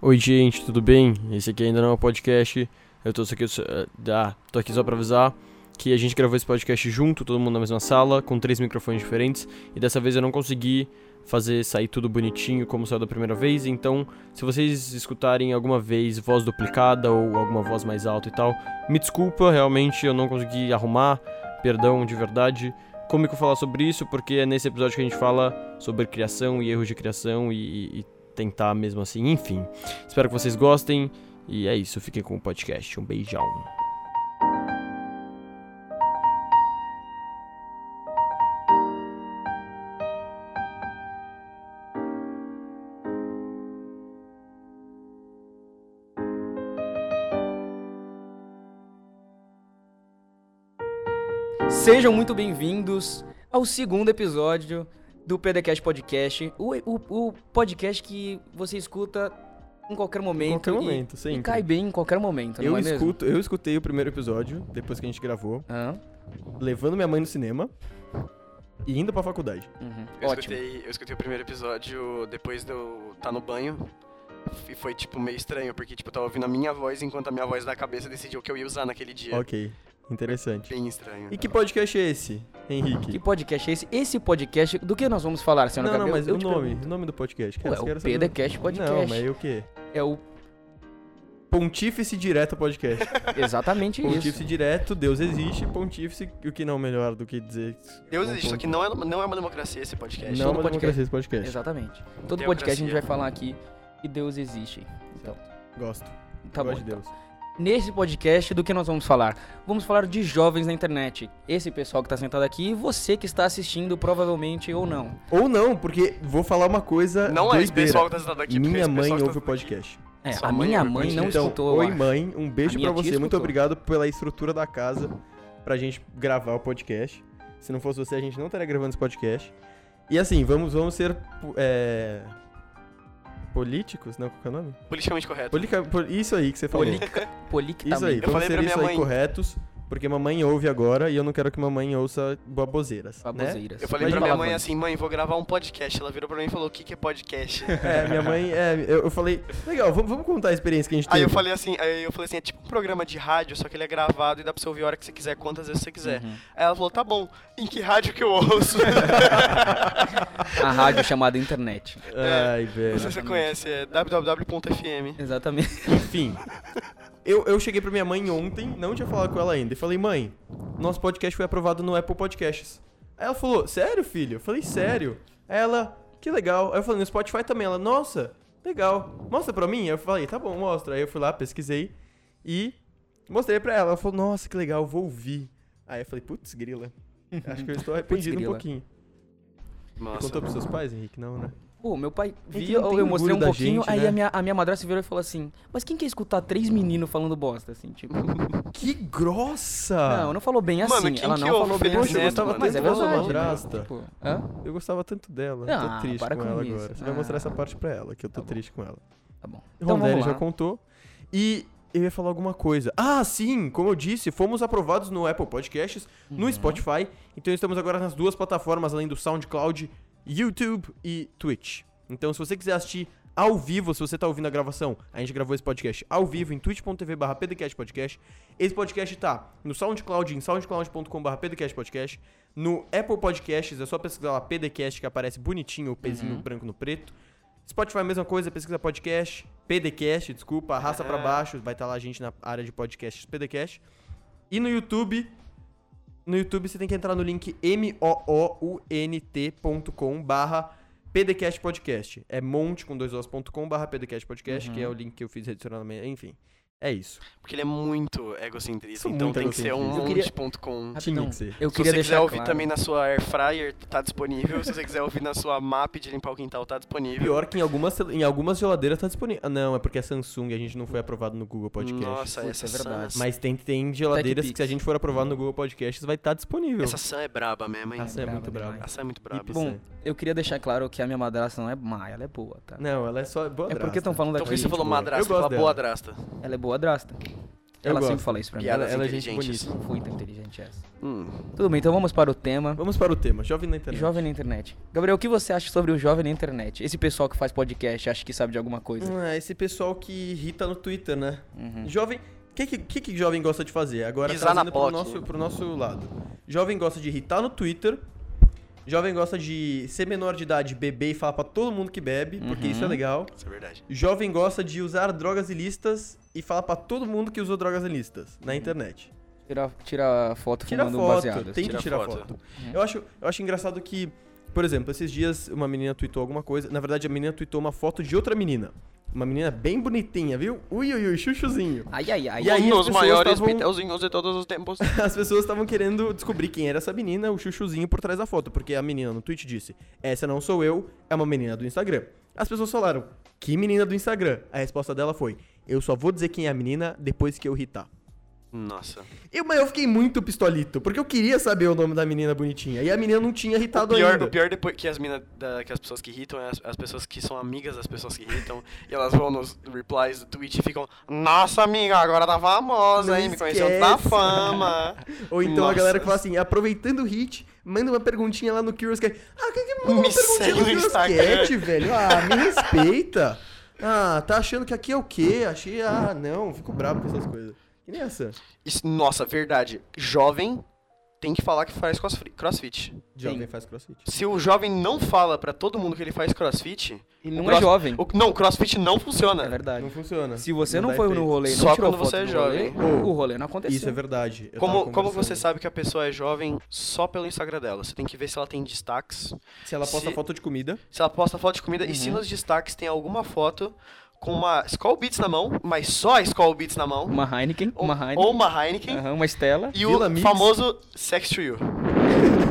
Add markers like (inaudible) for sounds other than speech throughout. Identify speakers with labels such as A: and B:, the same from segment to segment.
A: Oi, gente, tudo bem? Esse aqui ainda não é um podcast. Eu tô só aqui, só- ah, tô aqui só pra avisar que a gente gravou esse podcast junto, todo mundo na mesma sala, com três microfones diferentes. E dessa vez eu não consegui fazer sair tudo bonitinho como saiu da primeira vez. Então, se vocês escutarem alguma vez voz duplicada ou alguma voz mais alta e tal, me desculpa, realmente eu não consegui arrumar. Perdão de verdade. é Cômico falar sobre isso, porque é nesse episódio que a gente fala sobre criação e erros de criação e- e- e tentar mesmo assim, enfim. Espero que vocês gostem. E é isso, fiquem com o podcast. Um beijão.
B: Sejam muito bem-vindos ao segundo episódio do PDCast Podcast, o, o- o podcast que você escuta em qualquer momento.
A: Em qualquer
B: e-
A: momento,
B: um E,
A: sempre.
B: cai bem em qualquer momento,
A: Eu,
B: não é mesmo?
A: escuto, eu escutei o primeiro episódio, depois que a gente gravou,
B: Hã?
A: levando minha mãe no cinema e indo pra faculdade.
B: Uhum.
C: Eu
B: Ótimo.
C: escutei, eu escutei o primeiro episódio depois de eu estar no banho. E foi, tipo, meio estranho, porque, tipo, eu tava ouvindo a minha voz enquanto a minha voz da cabeça decidiu o que eu ia usar naquele dia.
A: Ok, interessante.
C: Bem estranho.
A: E que podcast é esse, Henrique?
B: Que podcast é esse? Esse podcast, do que nós vamos falar, senhora
A: não, não,
B: Gabriel?
A: mas
B: Eu
A: o
B: te
A: nome,
B: pergunto.
A: o nome do podcast.
B: Ué,
A: Quero, quero
B: o
A: saber.
B: PDCast Podcast.
A: Não, mas é o quê?
B: É o
A: Pontífice Direto
B: (laughs)
A: Podcast. (laughs)
B: exatamente
A: Pontífice
B: isso.
A: Direto, Deus existe, Pontífice, o que não melhor do que dizer...
C: Deus
A: um
C: existe, só
A: ponto.
C: que não é, não é uma democracia esse podcast.
A: Não,
B: Todo
A: mas
B: podcast.
A: democracia esse podcast.
B: Exatamente. Todo
C: Democracia.
B: podcast a gente vai falar aqui que Deus existe. Então,
A: Gosto,
B: tá
A: gosto
B: bom.
A: de
B: então.
A: Deus.
B: Nesse podcast, do que nós vamos falar? Vamos falar de jovens na internet. Esse pessoal que tá sentado aqui e você que está assistindo, provavelmente ou não.
A: Ou não, porque vou falar uma coisa.
C: Não é esse
A: doideira.
C: pessoal que tá sentado aqui. porque
A: Minha
C: esse pessoal
A: mãe
C: que tá
A: ouve o
C: sentado aqui-
A: podcast.
B: É,
C: Sua
B: a
C: mãe
B: minha
C: ouve
B: mãe não
C: podcast.
A: então,
B: escutou. eu
A: oi
B: acho.
A: mãe, um beijo
B: A
A: pra
B: minha
A: você.
B: tia
A: Muito
B: escutou.
A: obrigado pela estrutura da casa pra gente gravar o podcast. Se não fosse você, a gente não estaria gravando esse podcast. E assim, vamos, vamos ser. po- é, Políticos? Não, qual que é o nome?
C: Politicamente correto.
A: Polica- pol- Isso aí que você falou.
B: tá Polictamente.
A: Isso aí, vamos
C: falei
A: ser
C: pra
A: isso
C: minha
A: aí
C: mãe.
A: corretos, porque mamãe ouve agora e eu não quero que mamãe ouça baboseiras. Né?
B: Baboseiras.
C: Eu falei
A: Mas de
C: pra minha
A: palavras.
C: mãe assim, mãe, vou gravar um podcast. Ela virou pra mim e falou, o que, que
A: (laughs)
C: é podcast?
A: É, minha mãe, é, eu, eu falei, legal, vamos, vamos contar a experiência que a gente teve.
C: aí eu falei assim, aí eu falei assim, é tipo um programa de rádio, só que ele é gravado e dá pra você ouvir a hora que você quiser, quantas vezes você quiser.
B: Uhum.
C: Aí ela falou, tá bom, em que rádio que
A: (laughs)
C: eu ouço? assim.
B: A rádio chamada internet.
A: Ai,
C: Não
A: velho.
C: sei se você conhece, é www.fm.
B: Exatamente.
A: Enfim. Eu, eu cheguei pra minha mãe ontem, não tinha falado com ela ainda, e falei, mãe, nosso podcast foi aprovado no Apple Podcasts. Aí ela falou, sério, filho? Eu falei, sério. Aí ela, que legal. Aí eu falei, no Spotify também. Ela, nossa, legal. Mostra pra mim? Eu falei, tá bom, mostra. Aí eu fui lá, pesquisei e mostrei pra ela. Ela falou, nossa, que legal, vou ouvir. Aí eu falei, putz, grila. Acho que eu estou arrependido um
B: grila.
A: pouquinho.
C: Nossa.
A: Contou pros seus pais, Henrique? Não, né?
B: Pô, meu pai
A: que
B: viu,
A: não tem
B: eu mostrei um
A: orgulho da
B: pouquinho,
A: gente,
B: aí
A: né?
B: a minha, a minha madrasta virou e falou assim: Mas quem quer escutar três meninos falando bosta, assim, tipo.
A: Que grossa!
B: Não, não falou bem assim.
C: Mano, quem
B: Ela
C: que
B: não
C: ouve
B: falou bem
C: Feliz
B: assim.
A: Poxa, eu gostava
C: mano.
B: mas é
A: tanto da
B: verdade.
A: madrasta.
B: né? Tipo, hã?
A: Eu gostava tanto dela.
B: Ah,
A: tô triste
B: para
A: com,
B: com
A: ela
B: isso.
A: agora. Você vai
B: Ah.
A: mostrar essa parte pra ela, que eu tô triste com ela.
B: Tá bom. Então
A: Rondelli
B: vamos
A: já
B: lá.
A: contou. E eu ia falar alguma coisa. Ah, sim! Como eu disse, fomos aprovados no Apple Podcasts,
B: Uhum.
A: no Spotify. Então estamos agora nas duas plataformas, além do SoundCloud, YouTube e Twitch. Então, se você quiser assistir ao vivo, se você tá ouvindo a gravação, a gente gravou esse podcast ao vivo em twitch.tv barra pdcastpodcast. Esse podcast tá no SoundCloud, em soundcloud.com barra pdcastpodcast. No Apple Podcasts, é só pesquisar lá PDCast, que aparece bonitinho o pezinho
B: Uhum.
A: branco no preto. Spotify, mesma coisa, pesquisa podcast, PDcast, desculpa, arrasta
C: É.
A: pra baixo, vai estar lá a gente na área de podcasts PDcast. E no YouTube, no YouTube você tem que entrar no link mooont.com barra PDcast podcast. É monte com dois os.com barra PDcast podcast,
C: Uhum.
A: que é o link que eu fiz adicionamento, enfim. É isso.
C: Porque ele é muito egocentrista,
A: Sou
C: então
A: muito
C: tem que ser um
A: egocentrista.
B: Eu queria-
C: monte.com.
A: Tinha
B: Rapidão,
A: que ser.
B: eu
C: Se
B: queria deixar
C: você quiser ouvir
B: claro.
C: também na sua air fryer, tá disponível. Se você quiser ouvir na sua map de limpar o quintal, tá disponível.
A: Pior que em algumas, em algumas geladeiras tá disponível. Ah, não, é porque é Samsung, a gente não foi aprovado no Google Podcast.
C: Nossa,
B: Putz,
C: essa
B: é verdade.
C: Sam,
A: Mas tem, tem geladeiras que se a
B: TechPix.
A: gente for aprovado no Google Podcasts vai estar disponível.
C: essa Sam é braba mesmo, hein?
A: A Sam é muito
B: brava
A: brava.
B: demais.
C: A Sam é muito braba.
A: Ips.
B: Bom, eu queria deixar claro que a minha madrasta não é má, ela é boa, tá?
A: Não, ela é só boa
B: é porque
A: drasta.
B: estão falando
C: Então por
B: aqui.
C: isso você falou
B: tipo,
C: madrasta,
A: Eu
C: você fala
A: gosto
C: boa drasta.
B: Ela é boa madrasta.
A: Eu
B: Ela
A: gosto.
B: sempre fala isso pra mim.
C: Piadas
A: ela é gente
C: inteligentes.
A: bonita.
B: Não foi tão inteligente. gente, essa.
C: Hum.
B: Tudo bem, então vamos para o tema.
A: Vamos para o tema, jovem na internet.
B: Jovem na internet. Gabriel, o que você acha sobre o jovem na internet? Esse pessoal que faz podcast acha que sabe de alguma coisa.
A: Ah, esse pessoal que irrita no Twitter, né?
B: Uhum.
A: Jovem. O que, que, que que jovem gosta de fazer? Agora
C: Pisar na
A: trazendo pro
C: POC.
A: nosso, pro nosso lado. Jovem gosta de irritar no Twitter. Jovem gosta de ser menor de idade, beber e falar pra todo mundo que bebe, porque isso é
B: Uhum.
A: legal.
C: Isso é verdade.
A: Jovem gosta de usar drogas ilícitas e falar pra todo mundo que usou drogas ilícitas
B: Uhum.
A: na internet.
B: Tirar tira foto
A: Tira
B: fumando um
A: foto,
B: baseado. Uhum.
A: tem
C: Tira
A: que tirar
C: foto.
A: foto. Eu, acho, eu acho engraçado que, por exemplo, esses dias uma menina tweetou alguma coisa. Na verdade, a menina tweetou uma foto de outra menina. Uma menina bem bonitinha, viu? Ui, ui, ui, chuchuzinho. (laughs)
B: Ai, ai, ai.
A: E aí, as
C: um dos
A: pessoas
C: maiores
A: estavam-
C: pitelzinhos de todos os tempos.
A: As pessoas estavam querendo descobrir quem era essa menina, o chuchuzinho por trás da foto, porque a menina no tweet disse: Essa não sou eu, é uma menina do Instagram. As pessoas falaram: Que menina do Instagram? A resposta dela foi: Eu só vou dizer quem é a menina depois que eu irritar.
C: Nossa.
A: Eu, mas eu fiquei muito pistolito, porque eu queria saber o nome da menina bonitinha. E a menina não tinha
C: O
A: irritado
C: pior,
A: ainda.
C: o pior depois que as minas que as pessoas que irritam é as, as pessoas que são amigas das pessoas que irritam (laughs) e elas vão nos replies do Twitch e ficam Nossa amiga, agora tá famosa,
A: Não
C: hein? Me conheceu da
A: esquece."
C: fama.
A: (laughs) Ou então a galera que fala
C: Nossa.
A: assim, aproveitando o hit, manda uma perguntinha lá no Curious Cat. Ah, que que manda uma
C: Me
A: perguntinha
C: segue
A: no
C: no
A: Curious
C: Instagram.
A: Cat, velho? Ah, me respeita. Ah, tá achando que aqui é o quê? Achei, ah, não, fico bravo com essas coisas. Que nem essa.
C: Isso- nossa, verdade. Jovem tem que falar que faz crossfri- crossfit.
A: Jovem faz crossfit.
C: Se o jovem não fala pra todo mundo que ele faz crossfit,
B: E não é
C: o cross-
B: jovem.
C: o- não, o crossfit não funciona.
B: É verdade.
A: Não funciona.
B: Se você
A: Não dá
B: não, foi no
A: efeito.
B: rolê assim, e não
C: Só
B: tirou
C: quando
B: foto
C: você é
B: no
C: jovem.
B: rolê,
A: Ou-
B: o rolê não aconteceu.
A: Isso é verdade. Eu
C: Como,
A: tava
C: como
A: conversando.
C: você sabe que a pessoa é jovem só pelo Instagram dela? Você tem que ver se ela tem destaques,
A: Se ela posta
C: se-
A: foto de comida,
C: se ela posta foto de comida e se
B: Uhum.
C: nos destaques tem alguma foto com uma Skull Beats na mão, mas só a Skull Beats na mão,
B: Uma Heineken,
C: ou
B: uma Heineken,
C: ou uma Heineken,
B: aham, uma Estela.
C: e
A: Vila
C: o
A: Mix.
C: famoso Sex to You.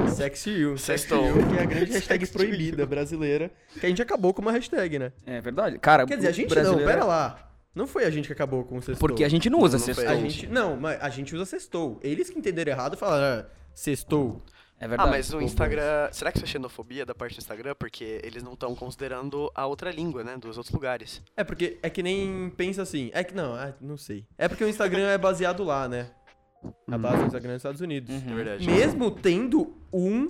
A: sexy you. Sexy
C: Sextou.
A: you, que é a grande hashtag
C: Sexy
A: proibida brasileira. Que a gente acabou com uma hashtag, né?
B: É verdade. Cara,
A: Quer dizer, a gente não,
B: brasileiro- é
A: pera lá. Não foi a gente que acabou com o sextou.
B: Porque a gente não usa
C: Não foi
B: sextou.
A: A gente, não, mas a gente usa sextou. Eles que entenderam errado falaram, ah, sextou.
B: É
C: Ah,
B: verdade.
C: mas o Instagram. Será que isso é xenofobia da parte do Instagram? Porque eles não estão considerando a outra língua, né? Dos outros lugares.
A: É porque é que nem pensa assim. É que não, ah, não sei. É porque o Instagram é baseado lá, né?
C: Uhum.
A: A base do Instagram é nos Estados Unidos.
C: É verdade.
A: Mesmo tendo um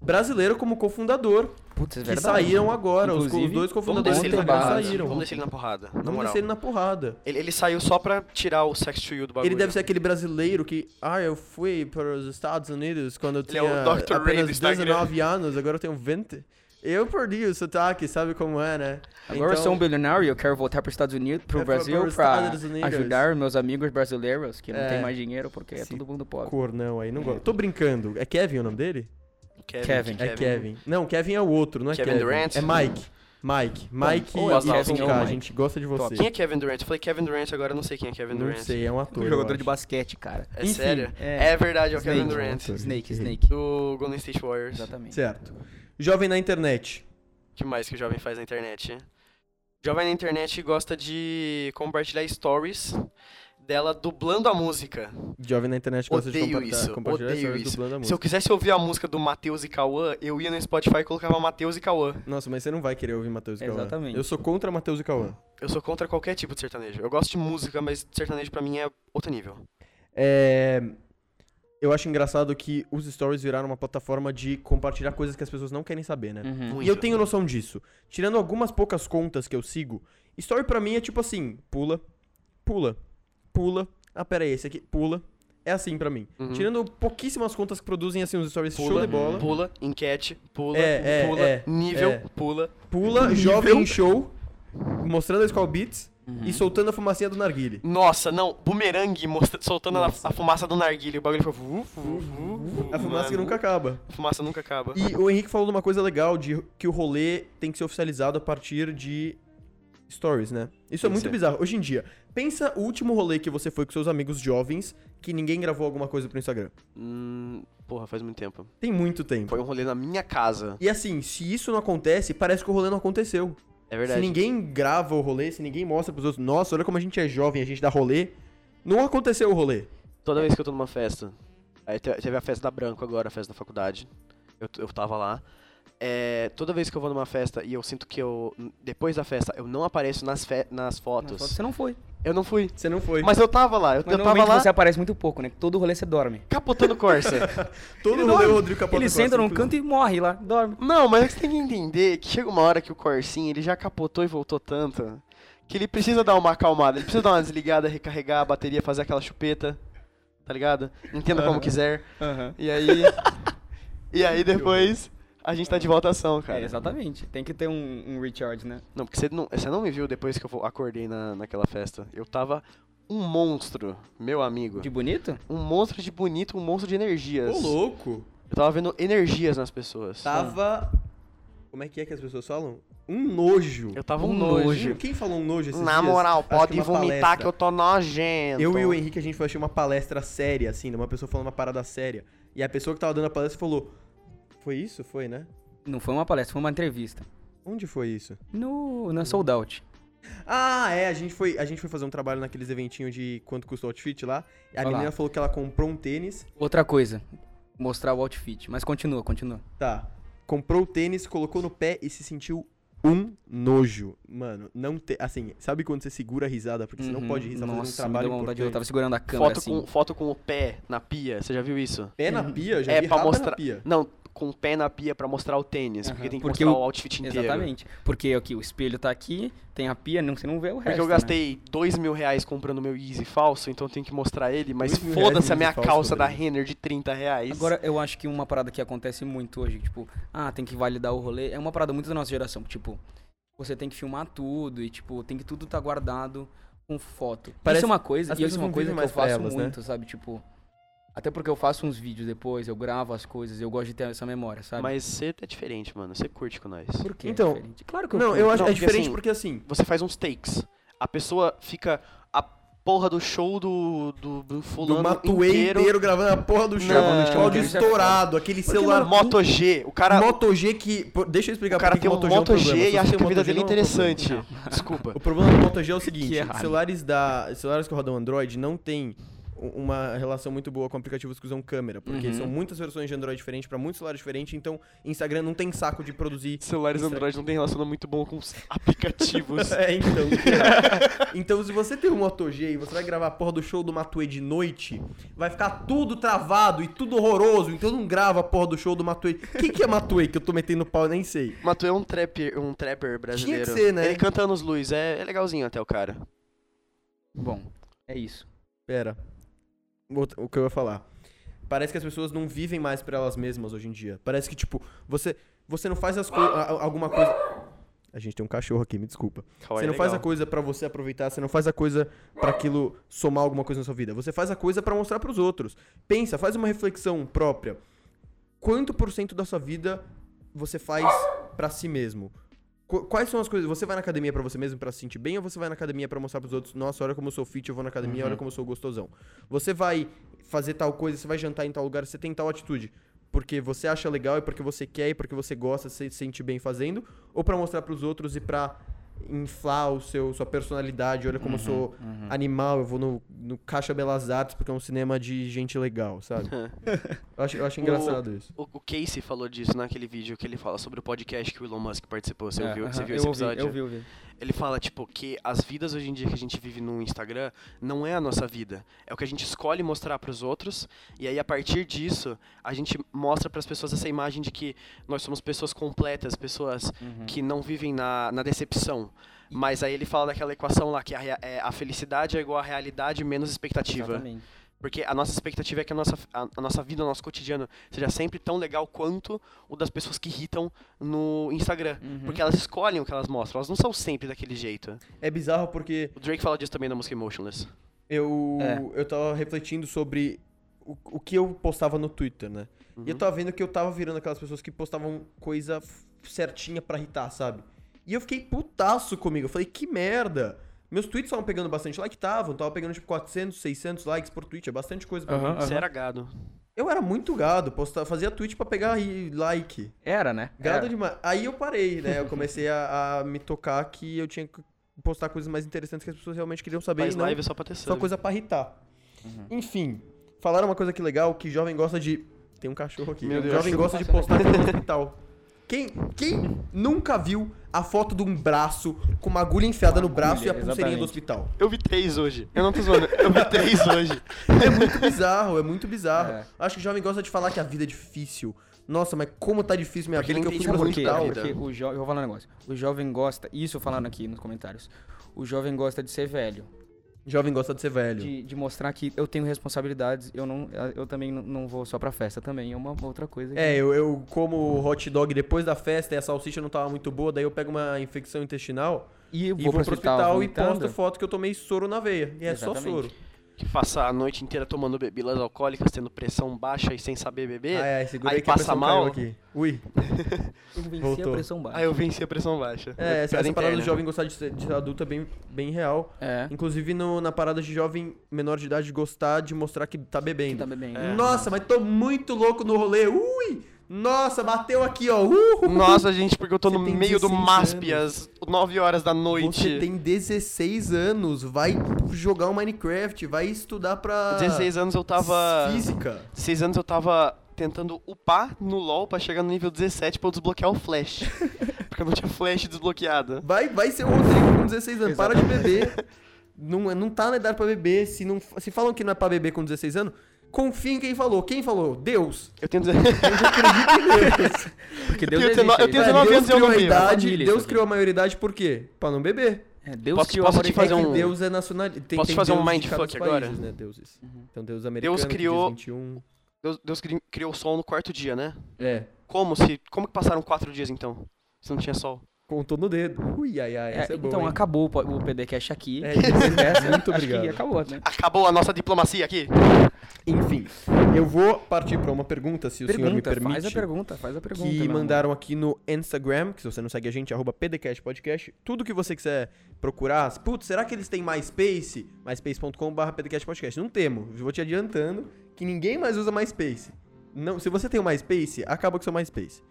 A: brasileiro como cofundador,
B: Putz, é
A: que
B: verdade.
A: saíram agora. Os, co- os
B: Inclusive,
A: dois
C: Vamos
A: cofundadores
C: descer
A: do
C: ele na
A: Instagram
B: barra.
C: porrada.
A: saíram.
C: Vamos descer ele na porrada. Na
A: Vamos
C: moral.
A: descer ele na porrada.
C: Ele, ele saiu só pra tirar o Sex to You do bagulho.
A: Ele deve ser aquele brasileiro que, ah, eu fui para os Estados Unidos quando eu
C: Ele é
A: tinha
C: o Dr. Ray do
A: apenas
C: Instagram.
A: 19 anos, agora eu tenho 20. Eu perdi o sotaque, sabe como é, né?
B: Agora eu sou um bilionário e eu quero voltar para os Estados Unidos, para
A: É,
B: o
A: pra-
B: Brasil,
A: pros
B: para
A: Estados Unidos.
B: ajudar meus amigos brasileiros que não
A: É.
B: têm mais dinheiro porque é
A: Sim.
B: todo mundo pobre.
A: Cornão aí, não gosto. Tô brincando. É Kevin o nome dele?
B: Kevin.
A: É Kevin. Não, Kevin é o outro, não é Kevin.
C: Kevin Durant?
A: É Mike. Mike. Mike
B: ou
A: e
B: é
A: Austin
B: Kevin
A: K,
B: ou
A: a
B: Mike.
A: gente gosta de você.
C: Quem é Kevin Durant? Eu falei Kevin Durant, agora eu não sei quem é Kevin
A: Não
C: Durant.
A: sei, é um ator.
B: Um
A: eu
B: jogador de
A: acho.
B: basquete, cara.
C: É
A: Enfim,
C: sério?
B: é.
C: É, verdade, é o Kevin
B: Snake.
C: Durant.
A: Entendi.
B: Snake, Snake.
C: Do Golden State Warriors. O
B: Exatamente.
A: Certo. Jovem na internet.
C: que mais que o jovem faz na internet? Jovem na internet gosta de compartilhar stories dela dublando a música.
A: Jovem na internet gosta de
C: Odeio
A: compartilhar,
C: isso,
A: compartilhar
C: odeio
A: stories
C: isso.
A: dublando a
C: Se eu
A: música.
C: quisesse ouvir a música do Matheus e Cauã, eu ia no Spotify e colocava Matheus e Cauã.
A: Nossa, mas você não vai querer ouvir Matheus e Cauã.
B: Exatamente.
A: Eu sou contra Matheus e Cauã.
C: Eu sou contra qualquer tipo de sertanejo. Eu gosto de música, mas sertanejo pra mim é outro nível.
A: É, Eu acho engraçado que os stories viraram uma plataforma de compartilhar coisas que as pessoas não querem saber,
C: Hum.
A: né?
B: Uhum.
A: E eu tenho noção disso. Tirando algumas poucas contas que eu sigo, story pra mim é tipo assim, pula, pula, pula. Ah, pera aí, esse aqui, pula. É assim pra mim.
C: Uhum.
A: Tirando pouquíssimas contas que produzem assim os stories show
C: Pula,
A: de bola.
C: pula, enquete, pula,
A: É, é,
C: pula,
A: é,
C: nível,
A: é.
C: pula.
A: Pula, jovem em show, mostrando a Skull Beats
C: Uhum.
A: e soltando a fumacinha do narguile.
C: Nossa, não, bumerangue mostra- soltando a, a fumaça do narguilho. O bagulho foi. Vu, vu, vu, vu,
A: A fumaça que
C: mano.
A: nunca acaba.
C: A fumaça nunca acaba.
A: E o Henrique falou de uma coisa legal, de que o rolê tem que ser oficializado a partir de stories, né? Isso é
C: Tem que
A: muito
C: ser.
A: bizarro. Hoje em dia, pensa o último rolê que você foi com seus amigos jovens, que ninguém gravou alguma coisa pro Instagram.
C: Hum, porra, faz muito tempo.
A: Tem muito tempo.
C: Foi um rolê na minha casa.
A: E assim, se isso não acontece, parece que o rolê não aconteceu.
C: É
A: Se ninguém grava o rolê, se ninguém mostra pros outros, nossa, olha como a gente é jovem, a gente dá rolê. Não aconteceu o rolê.
C: Toda vez que eu tô numa festa. Aí te- teve a festa da Branco agora, a festa da faculdade. Eu, t- eu tava lá. é, toda vez que eu vou numa festa e eu sinto que eu, depois da festa, eu não apareço nas, fe- nas
B: Na
C: fotos,
B: foto Você não foi.
C: eu não fui.
A: Você não foi.
C: Mas eu tava lá, eu,
B: Mas
C: eu tava
B: normalmente
C: lá
B: você aparece muito pouco, né? Todo rolê você
A: é
B: dorme.
A: (laughs)
C: capotando Corsa.
A: Todo
B: ele
A: rolê o
B: dorme.
A: Rodrigo assim, Capota
B: ele
A: Costa,
B: senta num
A: inclusive.
B: canto e morre lá, dorme.
C: Não, mas é que você tem que entender que chega uma hora que o Corsinha, ele já capotou e voltou tanto, que ele precisa dar uma acalmada, ele precisa dar uma desligada, recarregar a bateria, fazer aquela chupeta, tá ligado? Entenda como
A: Aham.
C: quiser.
B: Aham.
C: E aí... e aí depois a gente tá de volta à ação, cara.
B: É, exatamente. Tem que ter um, um recharge, né?
C: Não, porque você não, você não me viu depois que eu vo- acordei na, naquela festa. Eu tava um monstro, meu amigo.
B: De bonito?
C: Um monstro de bonito, um monstro de energias.
A: Ô, louco.
C: Eu tava vendo energias nas pessoas.
A: Tava... Como é que é que as pessoas falam? Um nojo.
C: Eu tava um,
B: Um
C: nojo.
B: nojo.
A: Quem falou um nojo esses
C: Na
A: dias?
C: moral,
A: Acho que é
C: pode
A: uma
C: vomitar
A: palestra.
C: que eu tô nojento.
A: Eu e o Henrique, a gente foi assistir uma palestra séria, assim, de uma pessoa falando uma parada séria. E a pessoa que tava dando a palestra falou: Foi isso? Foi, né?
B: Não foi uma palestra, foi uma entrevista.
A: Onde foi isso?
B: No, na Sold Out.
A: Ah, é, a gente foi, a gente foi fazer um trabalho naqueles eventinhos de quanto custa o outfit lá. E a
B: Olha lá.
A: menina falou que ela comprou um tênis.
B: Outra coisa, mostrar o outfit. Mas continua, continua.
A: Tá. Comprou o tênis, colocou no pé e se sentiu um nojo. Mano, não tem. Assim, sabe quando você segura a risada? Porque você não
B: Uhum.
A: pode rir, você tá fazendo um
B: Nossa, me
A: trabalho
B: deu vontade. Eu
A: importante.
B: tava segurando a câmera
C: Foto,
B: assim.
A: um
C: com, foto com o pé na pia, você já viu isso?
A: Pé na pia, eu já
C: É,
A: vi
C: pra
A: rabo
C: mostrar-
A: na pia.
C: Não, com o pé na pia pra mostrar o tênis, porque
B: Aham,
C: tem que
B: porque
C: mostrar
B: o-
C: o outfit inteiro.
B: Exatamente. Porque aqui o espelho tá aqui, tem a pia, não, você não vê o resto.
C: Porque eu
B: né?
C: gastei dois mil reais comprando meu Easy falso, então eu tenho que mostrar ele, mas
A: Dois mil reais
C: foda-se
A: no
C: a minha
A: Yeezy falso,
C: calça da
A: Rodrigo.
C: Renner de 30 reais.
B: Agora, eu acho que uma parada que acontece muito hoje, tipo, ah, tem que validar o rolê, é uma parada muito da nossa geração. Tipo, você tem que filmar tudo e, tipo, tem que tudo tá guardado com foto.
A: Parece-
B: isso é uma coisa,
A: as
B: e isso
A: pessoas
B: é uma
A: não
B: coisa
A: vivem
B: que eu
A: mais pra
B: faço
A: elas, né?
B: muito, sabe? Tipo, até porque eu faço uns vídeos depois, eu gravo as coisas, eu gosto de ter essa memória, sabe?
C: Mas você é diferente, mano. Você curte com nós.
B: Por que? é
A: Então-
B: diferente? claro que eu
A: Não,
B: curto.
A: eu acho.
C: Não,
A: é
C: porque
A: diferente
C: assim-
A: porque assim.
C: Você faz uns takes. A pessoa fica a porra do show do, do, do
A: Do
C: fulano
A: Matuê inteiro,
C: inteiro.
A: gravando a porra do show.
C: Não.
A: O áudio
B: Isso é foda.
A: estourado, aquele celular.
C: Celular Moto G. O cara,
A: Moto G que. pô, Deixa eu explicar
C: o cara
A: porque
C: tem
A: que
C: um
A: Moto G é
C: Moto G
A: problema.
C: e
A: Se você
C: acha que
A: tem
C: a vida
A: Moto G,
C: dele é
A: não um problema. (laughs)
C: interessante. Desculpa.
A: O problema do Moto G é o seguinte:
B: Que errado.
A: celulares, da, celulares que rodam Android não tem u- uma relação muito boa com aplicativos que usam câmera, porque
B: Uhum.
A: são muitas versões de Android diferentes pra muitos celulares diferentes, então Instagram não tem saco de produzir.
C: Celulares
A: Isso é-
C: Android não tem relação muito bom com os (laughs) aplicativos.
A: É, então. então, se você tem um Moto G e você vai gravar a porra do show do Matuê de noite, vai ficar tudo travado e tudo horroroso, então não grava a porra do show do Matuê. Quem que é Matuê que eu tô metendo pau, eu nem sei.
C: Matuê é um trapper, um trapper brasileiro.
A: ser, né?
C: Ele canta Anos Luz, é, é legalzinho até o cara.
B: Bom, é isso.
A: Pera. Outra- O que eu ia falar. Parece que as pessoas não vivem mais pra elas mesmas hoje em dia. Parece que, tipo, você, você não faz as co a- a- alguma coisa. A gente tem um cachorro aqui, me desculpa.
C: Kawaii
A: você
C: é
A: não faz a
C: legal.
A: coisa pra você aproveitar, você não faz a coisa pra aquilo somar alguma coisa na sua vida. Você faz a coisa pra mostrar pros outros. Pensa, faz uma reflexão própria. Quanto por cento da sua vida você faz pra si mesmo? Qu- Quais são as coisas? Você vai na academia pra você mesmo pra se sentir bem ou você vai na academia pra mostrar pros outros, nossa, olha como eu sou fit, eu vou na academia, olha como eu sou gostosão. Você vai fazer tal coisa, você vai jantar em tal lugar, você tem tal atitude porque você acha legal e porque você quer e porque você gosta, você se sente bem fazendo, ou pra mostrar pros outros e pra inflar o seu sua personalidade, olha como eu sou animal, eu vou no, no Caixa Belas Artes porque é um cinema de gente legal, sabe? eu, acho, eu acho engraçado isso.
C: O, o Casey falou disso naquele vídeo que ele fala sobre o podcast que o Elon Musk participou. Você,
B: É,
C: ouviu, você
B: aham,
C: viu
B: eu
C: esse
B: ouvi,
C: episódio?
B: Eu vi, eu vi.
C: Ele fala, tipo, que as vidas hoje em dia que a gente vive no Instagram não é a nossa vida. É o que a gente escolhe mostrar pros outros. E aí, a partir disso, a gente mostra pras pessoas essa imagem de que nós somos pessoas completas, pessoas
A: Uhum.
C: que não vivem na, na decepção. Mas aí ele fala daquela equação lá, que a, rea- é, a felicidade é igual à realidade menos expectativa.
B: Exatamente.
C: Porque a nossa expectativa é que a nossa, a, a nossa vida, o nosso cotidiano, seja sempre tão legal quanto o das pessoas que irritam no Instagram.
B: Uhum.
C: Porque elas escolhem o que elas mostram, elas não são sempre daquele jeito.
A: É bizarro porque
C: O Drake fala disso também na música Emotionless.
A: eu
B: É.
A: eu tava refletindo sobre o, o que eu postava no Twitter, né?
B: Uhum.
A: E eu tava vendo que eu tava virando aquelas pessoas que postavam coisa f- certinha pra irritar, sabe? E eu fiquei putaço comigo. Eu falei, que merda. Meus tweets estavam pegando bastante like, estavam. Tava pegando tipo 400, 600 likes por tweet. É bastante coisa pra mim.
B: Aham.
C: Você era gado.
A: Eu era muito gado. Posta, fazia tweet pra pegar e- like.
B: Era, né?
A: Gado
B: Era.
A: demais. Aí eu parei, né? Eu comecei a, a me tocar que eu tinha que postar coisas mais interessantes que as pessoas realmente queriam saber.
C: Faz
A: e não
C: live só pra ter
A: né? só
C: sub.
A: coisa pra irritar.
B: Uhum.
A: Enfim, falaram uma coisa que legal, que jovem gosta de... Tem um cachorro aqui.
C: Meu Deus,
A: jovem
B: (laughs)
C: acho que
A: gosta de postar coisa no hospital. Quem, quem nunca viu a foto de um braço com uma agulha enfiada no
B: Uma
A: braço e a
B: agulha,
A: pulseirinha do
B: exatamente.
A: hospital?
C: Eu vi três hoje. Eu não tô zoando. Eu vi três hoje.
A: É muito bizarro, é muito bizarro.
B: É.
A: Acho que o jovem gosta de falar que a vida é difícil. Nossa, mas como tá difícil minha
C: Porque
A: vida que
C: ele
A: eu fui pro
C: entende muito
B: é Porque, um
C: da
A: hospital.
C: vida.
B: porque o jovem. Eu vou falar um negócio. O jovem gosta. Isso falando aqui nos comentários. O jovem gosta de ser velho.
A: Jovem gosta de ser velho.
B: De, de mostrar que eu tenho responsabilidades. Eu, não, eu também não- não vou só pra festa também. É uma outra coisa. que-
A: É, eu, eu como hot dog depois da festa e a salsicha não tava muito boa, daí eu pego uma infecção intestinal
B: E eu
A: e vou,
B: pro
A: pro hospital, e
B: vomitando.
A: posto foto que eu tomei soro na veia. E é só
B: Exatamente.
A: soro.
C: Que passa a noite inteira tomando bebidas alcoólicas, tendo pressão baixa e sem saber beber.
A: ai, segura
C: aí
A: que a
C: passa
A: pressão
C: mal.
A: caiu aqui. É, Ui.
B: Eu venci
A: Voltou.
B: a pressão baixa.
C: Aí eu venci a pressão baixa.
A: É, essa,
C: Piada
A: essa parada do
C: interna.
A: jovem gostar de ser, de ser adulto é bem, bem real.
B: É.
A: Inclusive no- na parada de jovem menor de idade gostar de mostrar que tá
B: Que
A: bebendo.
B: tá bebendo.
A: Nossa, mas tô muito louco no rolê. Ui! Nossa, bateu aqui, ó. Uhul!
C: Nossa, gente, porque eu tô
A: Você
C: no
A: tem
C: meio do
A: 16
C: MASP às 9 horas da
A: Você
C: noite.
A: tem 16 anos, vai jogar um Minecraft, vai estudar pra
C: 16 anos eu tava.
A: física.
C: 16 anos eu tava tentando upar no LoL pra chegar no nível 17 pra eu desbloquear o
A: (laughs)
C: Flash. porque eu não tinha Flash desbloqueado.
A: Vai, vai ser o Rodrigo com 16 anos, para de beber. Não, é- não tá na idade pra beber, se, não, se falam que não é pra beber com 16 anos, confia em quem falou. Quem falou? Deus.
C: Eu tenho 19
B: Porque
C: eu tenho
B: né?
C: 19 eu tenho 19
A: Deus
C: anos e eu
A: criou
C: não
A: a
C: bebo.
A: idade,
B: Família, isso
A: Deus
B: aqui.
A: criou a maioridade por quê? Pra não beber.
B: É, Deus
C: Posso-
B: criou
C: posso
B: a
C: te
A: É
C: fazer
A: que
C: um-
A: Deus é nacional. Tem,
C: Posso
A: tem
C: fazer um
A: deuses de
C: mindfuck
A: cada país,
C: agora? Uhum.
A: Né, deuses. Então Deus um, americano,
C: Deus criou-
A: que diz 21.
C: (laughs) Deus, Deus cri- criou o sol no quarto dia, né?
A: É,
C: Como se. Como que passaram 4 dias então? Se não tinha sol?
A: contou no dedo. Ui, ai, ai, essa é, boa.
B: então
A: hein?
B: acabou o po- o PDCast aqui.
A: É,
C: (laughs)
A: depois (laughs) dessa, muito
B: Acho
A: obrigado.
B: que acabou, né?
C: Acabou a nossa diplomacia aqui.
A: Enfim, eu vou partir pra uma pergunta, se o senhor me
B: Pergunta,
A: permite.
B: faz a pergunta, faz a pergunta.
A: que
B: meu amor.
A: mandaram aqui no Instagram, que se você não segue a gente, arroba PDCast Podcast. Tudo que você quiser procurar. Putz, será que eles têm MySpace? MySpace.com.br PDCast Podcast. Não temos. Vou te adiantando que ninguém mais usa MySpace. Não, se você tem o MySpace, acaba com o seu MySpace.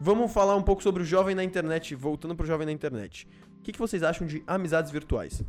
A: Vamos falar um pouco sobre o jovem na internet, voltando pro jovem na internet. O que, que vocês acham de amizades virtuais?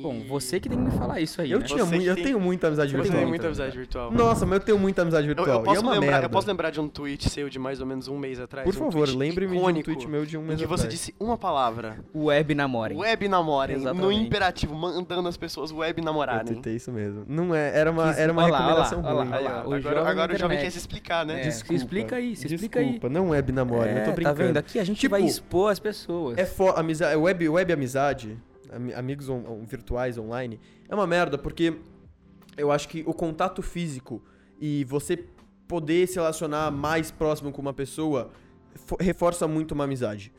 B: Bom, você que tem que me falar isso aí.
A: Eu,
B: né?
A: tinha
C: Você
A: mu-
C: que
A: eu
C: Tipo, tem-
A: tenho muita amizade
C: Eu
B: Virtual.
A: virtual.
C: tenho muita amizade virtual.
A: Nossa, mas eu tenho muita amizade
C: Eu,
A: virtual.
C: eu
A: e é
C: posso
A: uma
C: lembrar,
A: merda.
C: eu posso lembrar de um tweet seu de mais ou menos um mês atrás.
A: Por
C: um
A: favor,
C: tweet
A: lembre-me de um
C: icônico,
A: tweet meu de um
C: Em
A: mês
C: que você
A: atrás.
C: disse uma palavra.
B: Web namorem.
C: Web namorem. No
B: Exatamente.
C: imperativo, mandando as pessoas web
A: Eu
B: né?
C: namorarem.
A: tentei isso mesmo. Não é, era uma,
B: Quis-
A: era uma
B: olha lá, olha lá,
A: recomendação
B: olha lá,
A: ruim.
B: olha lá.
C: Agora,
B: o
C: agora
B: jovem
C: o jovem
B: internet.
C: quer se explicar, né?
B: É. Se explica aí, se explica
A: Desculpa, não web namoro, eu tô
B: tá vendo?
A: brincando.
B: Aqui a gente
A: Tipo,
B: vai expor as pessoas.
A: é fo amizade, web, web amizade, ami- amigos on- on- virtuais online, é uma merda porque eu acho que o contato físico e você poder se relacionar mais próximo com uma pessoa fo- reforça muito uma amizade.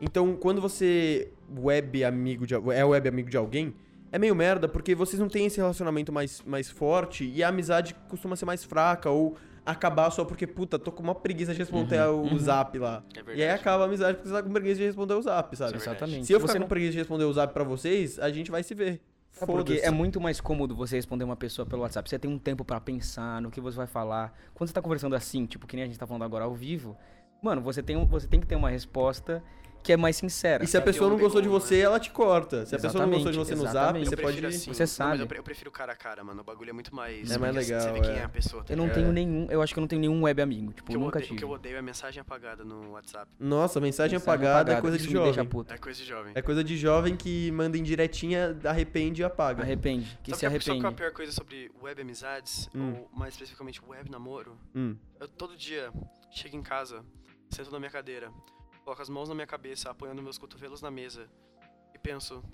A: Então, quando você web amigo de, al- é web amigo de alguém, é meio merda porque vocês não têm esse relacionamento mais, mais forte e a amizade costuma ser mais fraca ou acabar só porque, puta, tô com uma preguiça de responder o zap lá.
C: É
A: e aí
C: verdade.
A: acaba a amizade porque você tá com preguiça de responder o zap, sabe?
C: Isso é
B: Exatamente.
A: Se eu
B: você
A: ficar
B: não...
A: com preguiça de responder o zap pra vocês, a gente vai se ver.
B: É porque
A: Foda-se.
B: é muito mais cômodo você responder uma pessoa pelo WhatsApp. Você tem um tempo pra pensar no que você vai falar. Quando você tá conversando assim, tipo, que nem a gente tá falando agora ao vivo, mano, você tem, um- você tem que ter uma resposta que é mais sincera.
A: E se a
C: Tem
A: pessoa
C: um
A: não gostou de
C: bigode,
A: você, ela te corta. Se a pessoa não gostou de
B: Exatamente,
A: você no zap,
B: exatamente.
A: você
C: Eu prefiro
A: pode...
C: assim.
B: Você
C: Não, mas
B: sabe.
C: eu pre- eu prefiro cara a cara, mano. O bagulho é muito mais.
A: É mais
C: porque
A: legal,
C: Você vê quem
A: é.
C: é a pessoa. tá
B: Eu não
C: ligado?
B: tenho nenhum, eu acho que eu não tenho nenhum web amigo, tipo,
C: O que eu
B: eu nunca
C: odeio- O
B: tive.
C: que eu odeio é mensagem apagada no WhatsApp.
A: Nossa, mensagem,
B: Mensagem
A: apagada, é coisa
B: isso
A: de
B: me deixa
A: jovem.
B: puto.
C: É coisa de jovem.
A: É coisa de jovem que manda indiretinha, arrepende e apaga.
B: Arrepende, que se
C: É. Sabe qual- Sabe
B: arrepende.
C: qual é a pior coisa sobre web amizades?
A: Hum.
C: Ou mais especificamente web namoro?
A: Hum.
C: Eu todo dia chego em casa, sento na minha cadeira, coloco as mãos na minha cabeça, apoiando meus cotovelos na mesa e penso: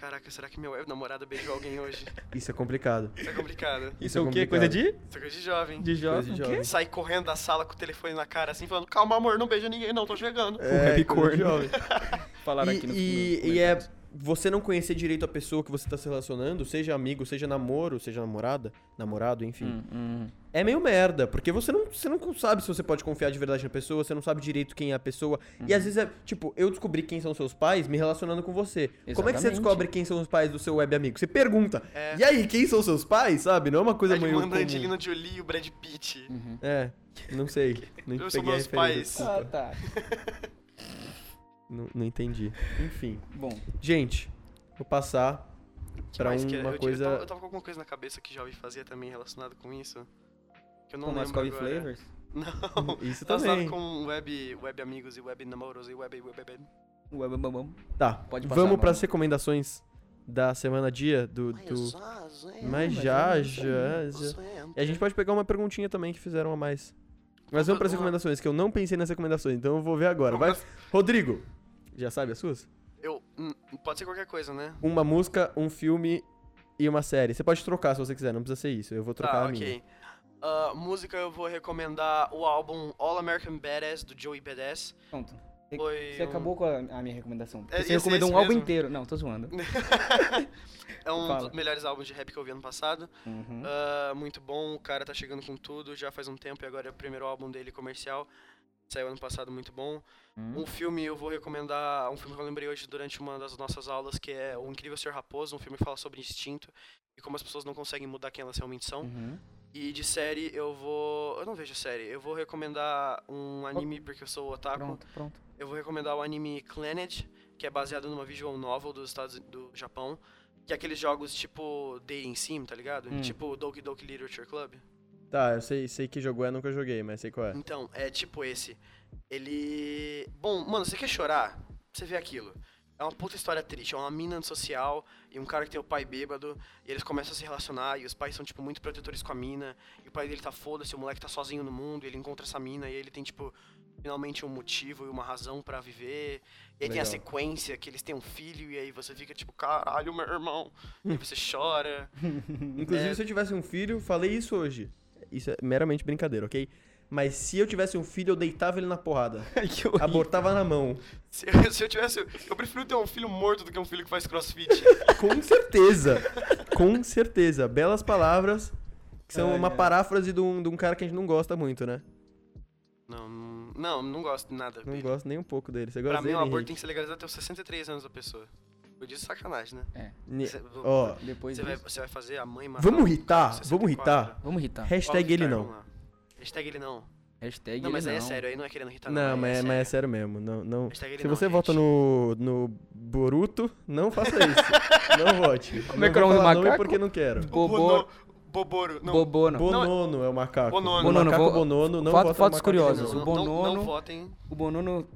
C: caraca, será que minha web namorada beijou alguém hoje?
A: Isso é complicado.
B: (laughs)
C: Isso é complicado.
A: Isso é o quê? Coisa de?
C: Isso é coisa de jovem.
B: De
A: Coisa de jovem.
C: Sai correndo da sala com o telefone na cara, assim, falando: calma, amor, não beija ninguém, não, tô chegando.
A: É, coisa de
B: (laughs)
A: jovem.
B: Falaram
A: E-
B: um aqui no
A: e,
B: no
A: e é
B: comentário.
A: você não conhecer direito a pessoa que você tá se relacionando, seja amigo, seja namoro, seja namorada, namorado, enfim.
B: Hum, hum.
A: É meio merda, porque você não, você não sabe se você pode confiar de verdade na pessoa, você não sabe direito quem é a pessoa. E
B: Uhum.
A: às vezes é, tipo, eu descobri quem são seus pais me relacionando com você. Como é que você
B: Exatamente.
A: descobre quem são os pais do seu web amigo? Você pergunta.
C: É.
A: E aí, quem são seus pais? Sabe? Não é uma coisa
C: Aí
A: muito.
C: manda a Angelina Jolie e o Brad Pitt.
A: É, não sei.
C: (laughs)
A: Não
C: Eu sou
A: peguei a
C: meus
A: referência.
B: hum. Ah,
A: desculpa.
B: tá.
A: Não, não entendi. Enfim.
B: Bom,
A: Gente, vou passar
C: Que
A: pra
C: mais que é?
A: uma
C: eu,
A: coisa.
C: Eu tava, eu tava com alguma coisa na cabeça que jovem fazia também relacionado com isso. Que eu não
B: com
C: lembro
B: as coffee
C: agora.
B: flavors.
C: (laughs) Não.
A: Isso
C: (laughs) Tá
A: Hum, também.
C: assinado com web, web amigos e web namoros e web, web, web.
B: Ué, bam, bam, bam.
A: Tá,
B: Pode passar,
A: vamos
B: mano.
A: pras recomendações da semana dia do... do...
C: É,
A: Mas já, já,
C: né?
A: já. E a gente pode pegar uma perguntinha também que fizeram a mais. Mas vamos para as recomendações, que eu não pensei nas recomendações, então eu vou ver agora. Vai, Rodrigo. Já sabe as suas?
C: Eu, hum, pode ser qualquer coisa, né?
A: Uma música, um filme e uma série. Você pode trocar se você quiser, não precisa ser isso. Eu vou trocar a
C: Tá,
A: minha.
C: ok. Ah, música eu vou recomendar o álbum All American Badass do Joey Badass.
B: Pronto. Você-
C: Foi
B: Você
C: um-
B: acabou com a, a minha recomendação. porque
C: É,
B: você
C: esse-
B: recomendou
C: esse
B: um álbum
C: mesmo.
B: inteiro. Não, tô zoando.
C: É um
B: Fala.
C: dos melhores álbuns de rap que eu vi ano passado.
B: Uhum.
C: Ah, muito bom, o cara tá chegando com tudo já faz um tempo e agora é o primeiro álbum dele comercial. Saiu ano passado, muito bom.
B: Hum? Uhum.
C: Um filme eu vou recomendar, um filme que eu lembrei hoje durante uma das nossas aulas, que é O Incrível Ser Raposo, um filme que fala sobre instinto e como as pessoas não conseguem mudar quem elas realmente são.
B: Uhum.
C: E de série eu vou. Eu não vejo série, eu vou recomendar um anime porque eu sou otaku.
B: Pronto,
C: (laughs)
B: pronto.
C: Eu vou recomendar o anime Clannad, que é baseado numa visual novel dos Estados do Japão, que é aqueles jogos tipo Dating Sim, tá ligado?
B: Hum.
C: Tipo Doki Doki Literature Club.
A: Tá, eu sei, sei que jogo é, nunca joguei, mas sei qual é.
C: Então, é tipo esse. Ele. Bom, mano, você quer chorar? Você vê aquilo. É uma puta história triste. É uma mina antissocial e um cara que tem o pai bêbado. E eles começam a se relacionar. E os pais são, tipo, muito protetores com a mina. E o pai dele tá foda-se, o moleque tá sozinho no mundo. E ele encontra essa mina. E ele tem, tipo, finalmente um motivo e uma razão pra viver. E aí tem a
A: Legal.
C: sequência que eles têm um filho. E aí você fica, tipo, caralho, meu irmão. E aí você chora.
A: Inclusive,
C: É.
A: se eu tivesse um filho, falei isso hoje. Isso é meramente brincadeira, ok? Mas se eu tivesse um filho, eu deitava ele na
C: (laughs)
A: porrada.
B: que horrível.
A: Abortava na mão.
C: Se eu, se eu tivesse. Eu prefiro ter um filho morto do que um filho que faz crossfit.
A: Com certeza. Com certeza. Belas palavras. Que são
B: Ai,
A: uma
B: ai.
A: paráfrase de um, de um cara que a gente não gosta muito, né?
C: Não, não, não, não gosto de nada.
A: Não
C: dele.
A: gosto nem um pouco dele. Você gosta
C: pra mim,
A: dele,
C: o aborto
A: Henrique?
C: tem que ser legalizado até os 63 anos da pessoa. Eu disse sacanagem, né?
B: É.
A: Ni-
C: Cê-
A: Ó,
B: Depois.
C: Você vai,
B: disso-
C: você vai fazer a mãe matar.
A: Vamos
C: o
A: irritar,
C: cara com
A: vamos irritar.
C: 64.
B: Vamos irritar.
A: hashtag
C: Vamos
A: ele
C: irritar,
A: não.
C: vamos lá. Hashtag ele não.
B: Hashtag
C: não, mas
B: ele
C: aí é sério, aí não é querendo irritar.
A: Não,
C: aí
A: mas, é-
C: sério.
A: mas é sério mesmo. Não, não.
C: Hashtag ele
A: Se
C: não,
A: você
C: gente.
A: vota no, no Boruto, não faça
C: (laughs)
A: isso. não vote.
B: Como
A: Não
B: é que é o
A: vou
B: nome do
A: falar nome
B: macaco?
A: porque não quero.
C: O
B: Boboro.
C: Bono- Boboro. Não,
B: Bobono.
A: Bonono é o macaco.
C: Bonono.
A: O macaco
B: Bonono, vou-
A: Bonono não
B: Fato-
A: vota no
B: fatos
A: macaco
C: não,
B: curiosos.
A: Bonono.
C: não,
B: o
C: não,
B: Bonono-
C: não votem.
B: O Bonono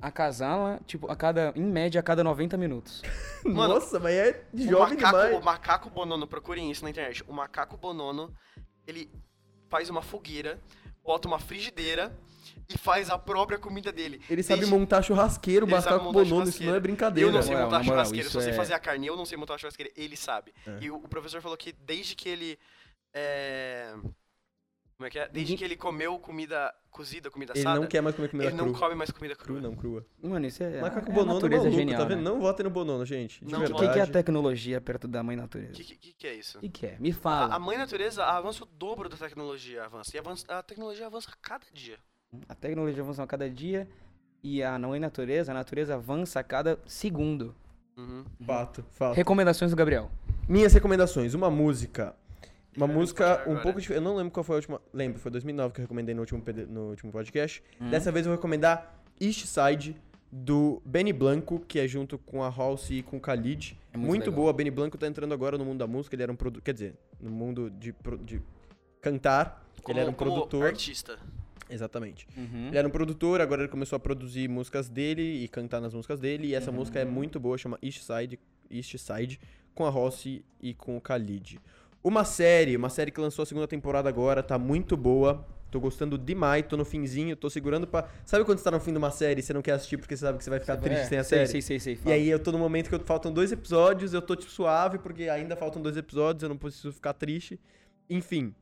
B: acasala, tipo, a cada, em média, a cada 90 minutos.
C: Mano,
A: Nossa, mas é
C: O
A: jovem
C: macaco, o
A: demais.
C: macaco bonono, procurem isso na internet. O macaco bonono, ele faz uma fogueira, bota uma frigideira e faz a própria comida dele.
A: Ele sabe
C: Desde-
A: montar churrasqueiro,
C: Ele sabe
A: macaco
C: montar
A: Bonono, isso não
C: churrasqueira.
A: é brincadeira.
C: Eu não sei
B: Moral,
C: montar
B: na moral,
C: churrasqueira,
B: isso
C: só sei
B: é-
C: fazer a carne, eu não sei montar churrasqueira, ele sabe.
A: É.
C: E o, o professor falou que desde que ele. é, Como é que é? Desde
B: Ninguém-
C: que ele comeu comida cozida, comida
A: Ele
C: assada,
A: não quer mais comer comida
C: ele não
A: crua.
C: come mais comida crua.
A: Cru não, crua.
B: Mano, isso é.
A: Macaco
B: é a
A: Bonono é
B: natureza
A: maluco,
B: genial,
A: tá vendo?
B: né?
A: Não votem no Bonono, gente. De
C: Não
B: O que, que é a
A: verdade.
B: tecnologia perto da mãe
C: O
B: natureza?
C: que, que, que é isso?
B: O que, que é? Me
C: A,
B: fala.
C: a mãe natureza avança o dobro da tecnologia avança. E avança- a tecnologia avança a cada dia.
B: A tecnologia avança a cada dia e a não é natureza, a natureza avança a cada segundo.
C: Uhum.
A: Fato, fato.
B: Recomendações do Gabriel.
A: Minhas recomendações. Uma música. Uma
C: Caralho, vou
A: música
C: achar
A: um
C: agora.
A: pouco diferente. Eu não lembro qual foi a última. Lembro, foi 2009 que eu recomendei no último, PD no último podcast.
C: Hum.
A: Dessa vez eu vou recomendar East Side, do Benny Blanco, que é junto com a Halsey e com o Khalid.
B: É muito
A: muito
B: legal.
A: boa. Benny Blanco tá entrando agora no mundo da música. Ele era um produtor. Quer dizer, no mundo de, pro- de cantar.
C: Como,
A: ele era um
C: como
A: produtor.
C: artista.
A: Exatamente.
B: Uhum.
A: Ele era um produtor, agora ele começou a produzir músicas dele e cantar nas músicas dele. E essa
B: Uhum.
A: música é muito boa, chama East Side, East Side com a Rossi e com o Khalid. Uma série, uma série que lançou a segunda temporada agora, tá muito boa. Tô gostando demais, tô no finzinho, tô segurando pra. Sabe quando você tá no fim de uma série e você não quer assistir porque você sabe que você vai ficar Tá triste
B: É,
A: sem a
B: sei,
A: série?
B: Sei, sei, sei.
A: E
B: fala.
A: aí eu tô no momento que eu- faltam dois episódios, eu tô tipo suave, porque ainda faltam dois episódios, eu não preciso ficar triste. Enfim.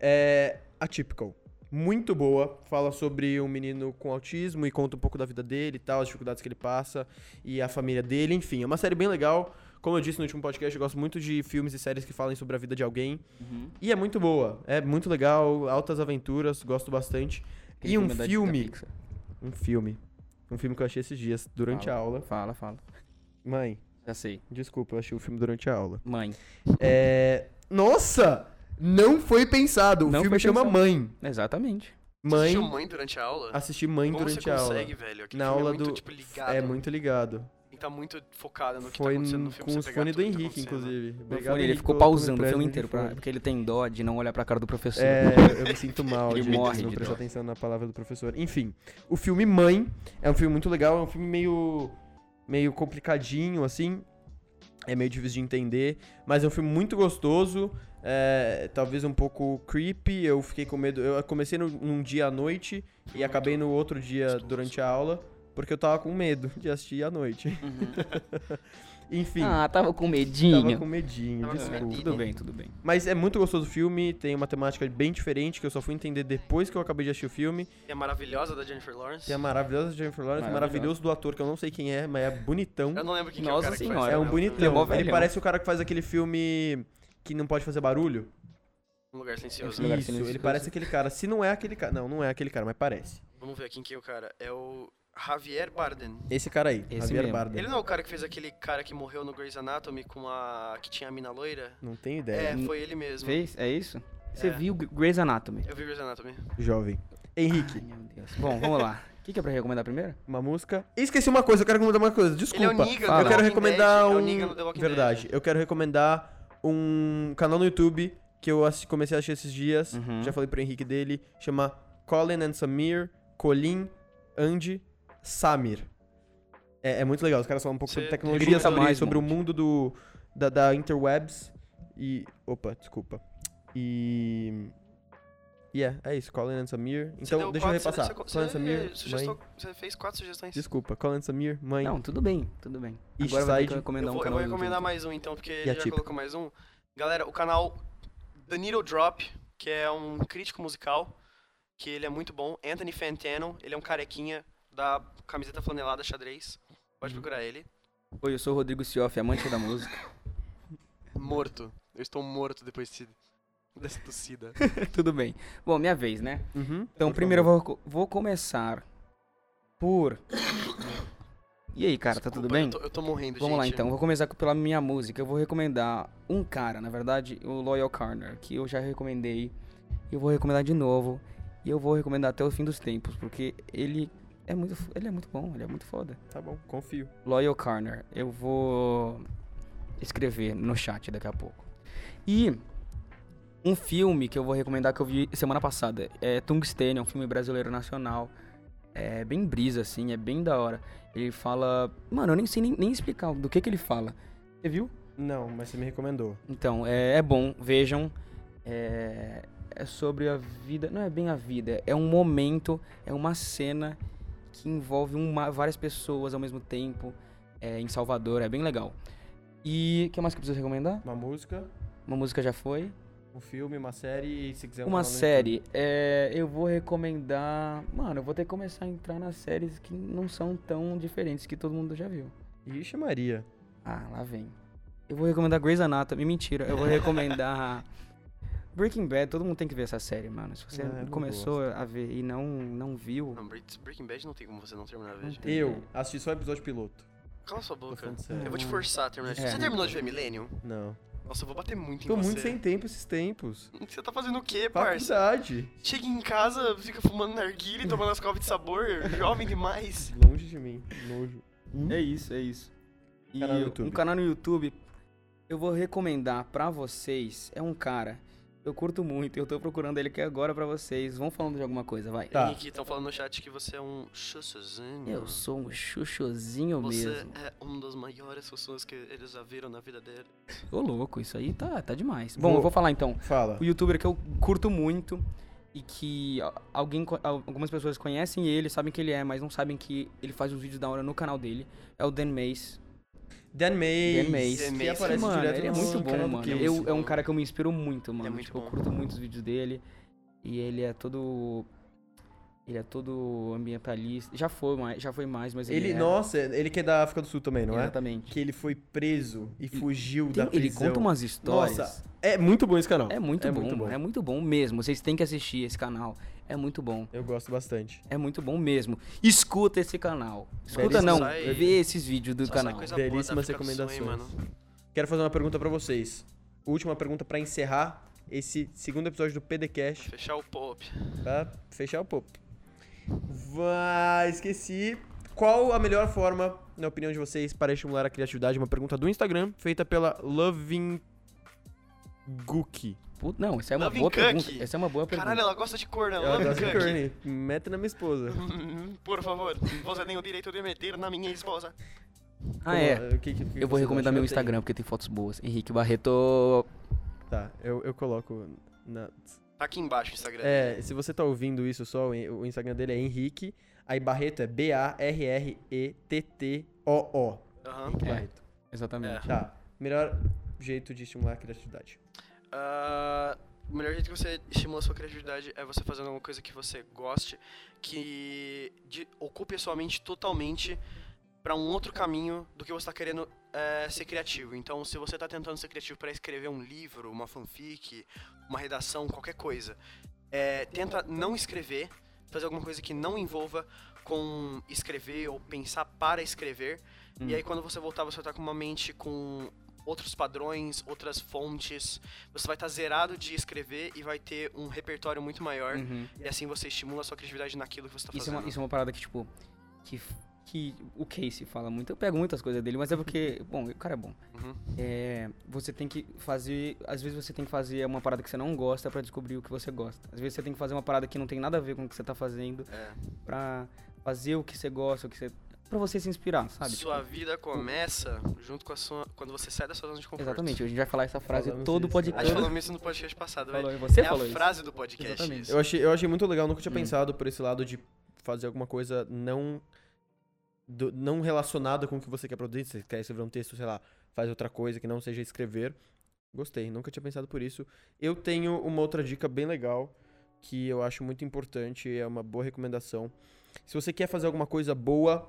A: É. Atypical. Muito boa. Fala sobre um menino com autismo e conta um pouco da vida dele e tal, as dificuldades que ele passa e a família dele. Enfim, é uma série bem legal. Como eu disse no último podcast, eu gosto muito de filmes e séries que falem sobre a vida de alguém.
B: Uhum.
A: E é muito boa. É muito legal. Altas aventuras, gosto bastante.
B: Aquele
A: e um
B: da- da
A: filme.
B: Pixar.
A: Um filme. Um filme que eu achei esses dias durante a aula.
B: Fala, fala.
A: Mãe,
B: Já sei.
A: Desculpa, eu achei o filme durante a aula.
B: Mãe.
A: É. Nossa! Não foi pensado. O
B: Não
A: filme
B: foi
A: chama
B: pensado.
A: Mãe.
B: Exatamente.
C: Você
A: Mãe.
C: assistiu mãe durante a aula?
A: Assisti Mãe
C: como
A: durante
C: você
A: a aula.
C: consegue, velho? Aquele
A: Na
C: filme
A: aula
C: é muito,
A: do.
C: tipo, ligado.
A: É muito ligado.
C: tá muito focada no que tá
A: Foi
C: acontecendo
A: no-
C: no filme.
A: com
C: você
A: os
C: pegar
A: fones do
C: tudo que tá
A: Henrique,
C: acontecendo.
A: inclusive.
B: O
A: Obrigado,
B: Fone, ele
A: Henrique,
B: ficou
A: pelo- pelo
B: pausando um o
A: empréstimo
B: filme
A: de
B: inteiro, pra-
A: fone.
B: porque ele tem dó de não olhar pra cara do professor.
A: É, eu me sinto mal
B: (laughs) Ele
A: de morre,
B: morre
A: não
B: de
A: prestar
B: dó.
A: atenção na palavra do professor. Enfim, o filme Mãe é um filme muito legal, é um filme meio meio complicadinho assim. É meio difícil de entender, mas é um filme muito gostoso, é, talvez um pouco creepy. Eu fiquei com medo. Eu comecei no- num dia à noite e acabei no outro dia
C: gostoso.
A: durante a aula, porque eu tava com medo de assistir à noite. (laughs) Enfim,
B: Uhum. Ah, tava com
A: tava
B: medinho.
A: com medinho,
C: Tava com
A: desculpa.
C: medinho.
B: Tudo bem, tudo bem.
A: Mas é muito gostoso o filme, tem uma temática bem diferente que eu só fui entender depois que eu acabei de assistir o filme.
C: E a maravilhosa da Jennifer Lawrence.
A: Tem a maravilhosa Jennifer Lawrence,
B: Maravilhosa.
A: maravilhoso do ator, que eu não sei quem é, mas é bonitão.
C: Eu não lembro quem que
B: Nossa
C: é o cara que
B: senhora.
C: faz,
A: É
C: né?
A: um bonitão.
B: Ele é mó
A: Ele,
B: velhão.
A: parece o cara que faz aquele filme que não pode fazer barulho.
C: Um lugar silencioso.
B: Um lugar
A: Isso, ele
B: silencioso.
A: parece aquele cara. Se não é aquele cara. Não, não é aquele cara, mas parece.
C: Vamos ver quem que é o cara. É o Javier Bardem.
A: Esse cara aí,
B: Esse
A: Javier
B: mesmo.
A: Bardem.
C: Ele não é o cara que fez aquele cara que morreu no Grey's Anatomy com a. que tinha a mina loira?
A: Não tenho
C: É,
A: ideia.
C: foi ele mesmo.
B: Fez? É isso? Você
C: É.
B: viu Grey's Anatomy?
C: Eu vi Grey's Anatomy.
A: Jovem. Henrique,
B: Ai, meu Deus. Bom, vamos lá. O que, que é pra recomendar primeiro?
A: uma música. E Esqueci uma coisa, eu quero recomendar uma coisa.
C: Ele é o
A: Desculpa.
C: Negan
B: fala.
C: do
A: Eu
C: The
A: quero
C: Walking
A: recomendar
C: Dead. É o
A: um.
C: Negan do The Walking Dead.
A: Verdade. Eu quero recomendar um canal no YouTube que eu assi- comecei a assistir esses dias.
B: Uhum.
A: Já falei pro Henrique dele. Chama Colin and Samir, Colin, Andy, Samir. É, é muito legal. Os caras falam um pouco
C: Cê
A: sobre
C: tem
A: tecnologia,
C: que
A: sobre,
B: comentar mais,
A: sobre o
B: Monte.
A: mundo do, da, da interwebs. E. Opa, desculpa. E. E é, é isso, Colin and Samir.
C: Você
A: Então,
C: deu
A: deixa eu
C: quatro-
A: repassar.
C: você- você-
A: Colin and Samir,
C: sugestou-
A: mãe.
C: Você fez quatro sugestões.
A: Desculpa, Colin and Samir, mãe.
B: Não, tudo bem, tudo bem.
A: East
B: Agora vai ter
A: Side.
B: que recomendar
C: eu
B: um
C: vou, eu
B: canal
C: vou
B: do YouTube.
C: recomendar mais um então, porque
A: a
C: ele já
A: Tipa?
C: colocou mais um. Galera, o canal The Needle Drop, que é um crítico musical, que ele é muito bom. Anthony Fantano, ele é um carequinha da camiseta flanelada xadrez. Pode
B: Uhum.
C: procurar ele.
B: Oi, eu sou o Rodrigo Sioff, amante da música. (laughs)
C: É Morto. Eu estou morto depois desse, dessa tossida.
B: tudo bem. Bom, minha vez, né?
A: Uhum.
B: Então,
A: Por
B: primeiro eu vou, co- vou começar por. E aí, cara, tá tudo
C: Desculpa,
B: bem?
C: Eu tô, eu tô morrendo,
B: Vamos lá
C: gente.
B: então, vou começar co- pela minha música. Eu vou recomendar um cara, na verdade, o Loyal Corner, que eu já recomendei. Eu vou recomendar de novo. E eu vou recomendar até o fim dos tempos, porque ele é muito, f- ele é muito bom, ele é muito foda.
A: Tá bom, confio.
B: Loyal Corner. Eu vou escrever no chat daqui a pouco. E um filme que eu vou recomendar que eu vi semana passada é Tungstênio, é um filme brasileiro nacional. É bem brisa, assim, é bem da hora. Ele fala. Mano, eu nem sei nem, nem explicar do que, que ele fala. Você viu?
A: Não, mas você me recomendou.
B: Então, é, é bom, vejam. É, é sobre a vida. Não é bem a vida, é um momento, é uma cena que envolve uma- várias pessoas ao mesmo tempo é, em Salvador, é bem legal. E o que mais que eu preciso recomendar?
A: Uma música,
B: Uma música já foi.
A: um filme, uma série e se quiser um
B: Uma
A: canal no
B: série, é, eu vou recomendar. Mano, eu vou ter que começar a entrar nas séries que não são tão diferentes que todo mundo já viu.
A: YouTube. Ixi, Maria.
B: Ah, lá vem. Eu vou recomendar Grey's Anatomy. Mentira, eu vou (laughs) recomendar Breaking Bad. Todo mundo tem que ver essa série, mano. Se você
A: Ah, eu não
B: começou a ver e não, não viu,
C: Não, Bre- Breaking Bad não tem como você não terminar a
B: Não
C: ver. gente.
B: tem.
A: Eu assisti só o episódio piloto.
C: Cala sua
A: Tô
C: boca.
A: falando sério.
C: Eu vou te forçar a terminar. de-
B: É.
C: Você terminou de ver Millennium?
A: Não.
C: Nossa, eu vou bater muito em
A: Tô
C: você.
A: muito sem tempo esses tempos.
C: Você tá fazendo o quê, parça?
A: Faculdade.
C: Chega em casa, fica fumando narguile, tomando as covas de sabor, jovem demais.
A: Longe de mim. Nojo.
B: é isso, é isso. E
A: Canal no
B: eu-
A: YouTube.
B: um canal no YouTube eu vou recomendar pra vocês. É um cara. Eu curto muito, eu tô procurando ele aqui agora pra vocês. Vão falando de alguma coisa, vai.
A: Tá.
C: Henrique, estão falando no chat que você é um chuchuzinho.
B: Eu sou um chuchozinho
C: Você
B: mesmo.
C: é uma das maiores pessoas que eles já viram na vida dele.
B: Ô louco, isso aí tá, tá demais. Bom,
A: Vou-
B: eu vou falar então.
A: Fala.
B: o youtuber que eu curto muito e que a- alguém, co- al- algumas pessoas conhecem ele, sabem quem ele é, mas não sabem que ele faz uns vídeos da hora no canal dele. É o Dan Mays.
A: Dan Mays.
B: Dan Mays.
A: Que
C: Dan Mays.
A: aparece
B: mano,
A: direto
B: ele é
A: no né?
B: muito
A: canal
B: bom,
A: do
B: mano.
A: Kills.
B: Eu, é um cara que eu me inspiro muito, mano.
C: É muito
B: tipo,
C: bom.
B: eu curto muito os vídeos dele. E ele é todo. Ele é todo ambientalista. Já foi mais, já foi mais mas ele.
A: Ele,
B: é,
A: nossa, ele que é da África do Sul também, não é?
B: Exatamente.
A: Que ele foi preso e fugiu da
B: Tem- ele
A: prisão.
B: conta umas histórias.
A: Nossa, é muito bom esse canal.
B: É muito bom, mano. É muito bom mesmo. Vocês têm que assistir esse canal. É muito bom.
A: Eu gosto bastante.
B: É muito bom mesmo. Escuta esse canal. Escuta
A: Belíssimo.
B: não,
C: Sai-
B: vê esses vídeos do
C: Só sai
B: canal.
C: coisa boa da
A: Belíssimas
C: África do Sul, hein,
A: recomendações. Quero fazer uma pergunta pra vocês. Última pergunta pra encerrar esse segundo episódio do PDCast,
C: Fechar o pop.
A: pra fechar o pop. Vai, esqueci. Qual a melhor forma na opinião de vocês, para estimular a criatividade? Uma pergunta do Instagram, feita pela Loving Gookie.
B: Puta, não, essa é uma
C: Loving
B: boa
C: Cook.
B: pergunta. Essa é uma boa pergunta.
C: Caralho, ela gosta de cor, né?
A: Ela
C: Love
A: gosta de
C: Cook.
A: Kearney. Mete na minha esposa.
C: (laughs) Por favor, você tem o direito de meter na minha esposa.
B: ah, é. Eu vou recomendar meu Instagram, porque tem fotos boas. Henrique Barreto.
A: Tá, eu, eu coloco na.
C: Tá aqui embaixo o Instagram.
A: É, se você tá ouvindo isso só, o en- o Instagram dele é Henrique. Aí Barreto é B-A-R-R-E-T-T-O-O.
C: Aham.
A: Henrique
B: É.
A: Barreto.
B: Exatamente.
A: Tá. Melhor jeito de estimular a criatividade.
C: Ah, o melhor jeito que você estimula a sua criatividade é você fazendo alguma coisa que você goste, que de- ocupe a sua mente totalmente pra um outro caminho do que você tá querendo eh, ser criativo. Então, se você tá tentando ser criativo pra escrever um livro, uma fanfic, uma redação, qualquer coisa, eh, tenta não escrever, fazer alguma coisa que não envolva com escrever ou pensar para escrever. E aí, quando você voltar, você vai estar com uma mente com outros padrões, outras fontes. Você vai estar zerado de escrever e vai ter um repertório muito maior.
B: Uhum.
C: E assim você estimula a sua criatividade naquilo que você tá
B: Isso é,
C: fazendo.
B: uma, isso é uma parada que, tipo, que, f- que o Casey fala muito. Eu pego muitas coisas dele, mas é porque, bom, o cara é bom.
C: Uhum.
B: É, você tem que fazer. Às vezes você tem que fazer uma parada que você não gosta pra descobrir o que você gosta. Às vezes você tem que fazer uma parada que não tem nada a ver com o que você tá fazendo
C: É.
B: pra fazer o que você gosta, o que você. pra você se inspirar,
A: é
B: sabe?
C: Sua
A: tipo,
C: vida começa junto com a sua. Quando você sai da sua zona de
B: Tipo,
C: conforto.
B: exatamente, a gente vai falar essa frase
A: Falamos
B: todo
A: Tá isso. né?
C: A gente
B: podcast.
C: falou isso no podcast passado, velho.
B: Falou, e você
C: é
B: falou
C: a
B: isso.
C: frase do podcast.
B: Exatamente.
C: Isso.
A: Eu achei, eu achei muito legal, nunca tinha
B: Hum.
A: pensado por esse lado de fazer alguma coisa não. do- não relacionada com o que você quer produzir. Se você quer escrever um texto, sei lá, faz outra coisa que não seja escrever. Gostei, nunca tinha pensado por isso. Eu tenho uma outra dica bem legal que eu acho muito importante, é uma boa recomendação. Se você quer fazer alguma coisa boa,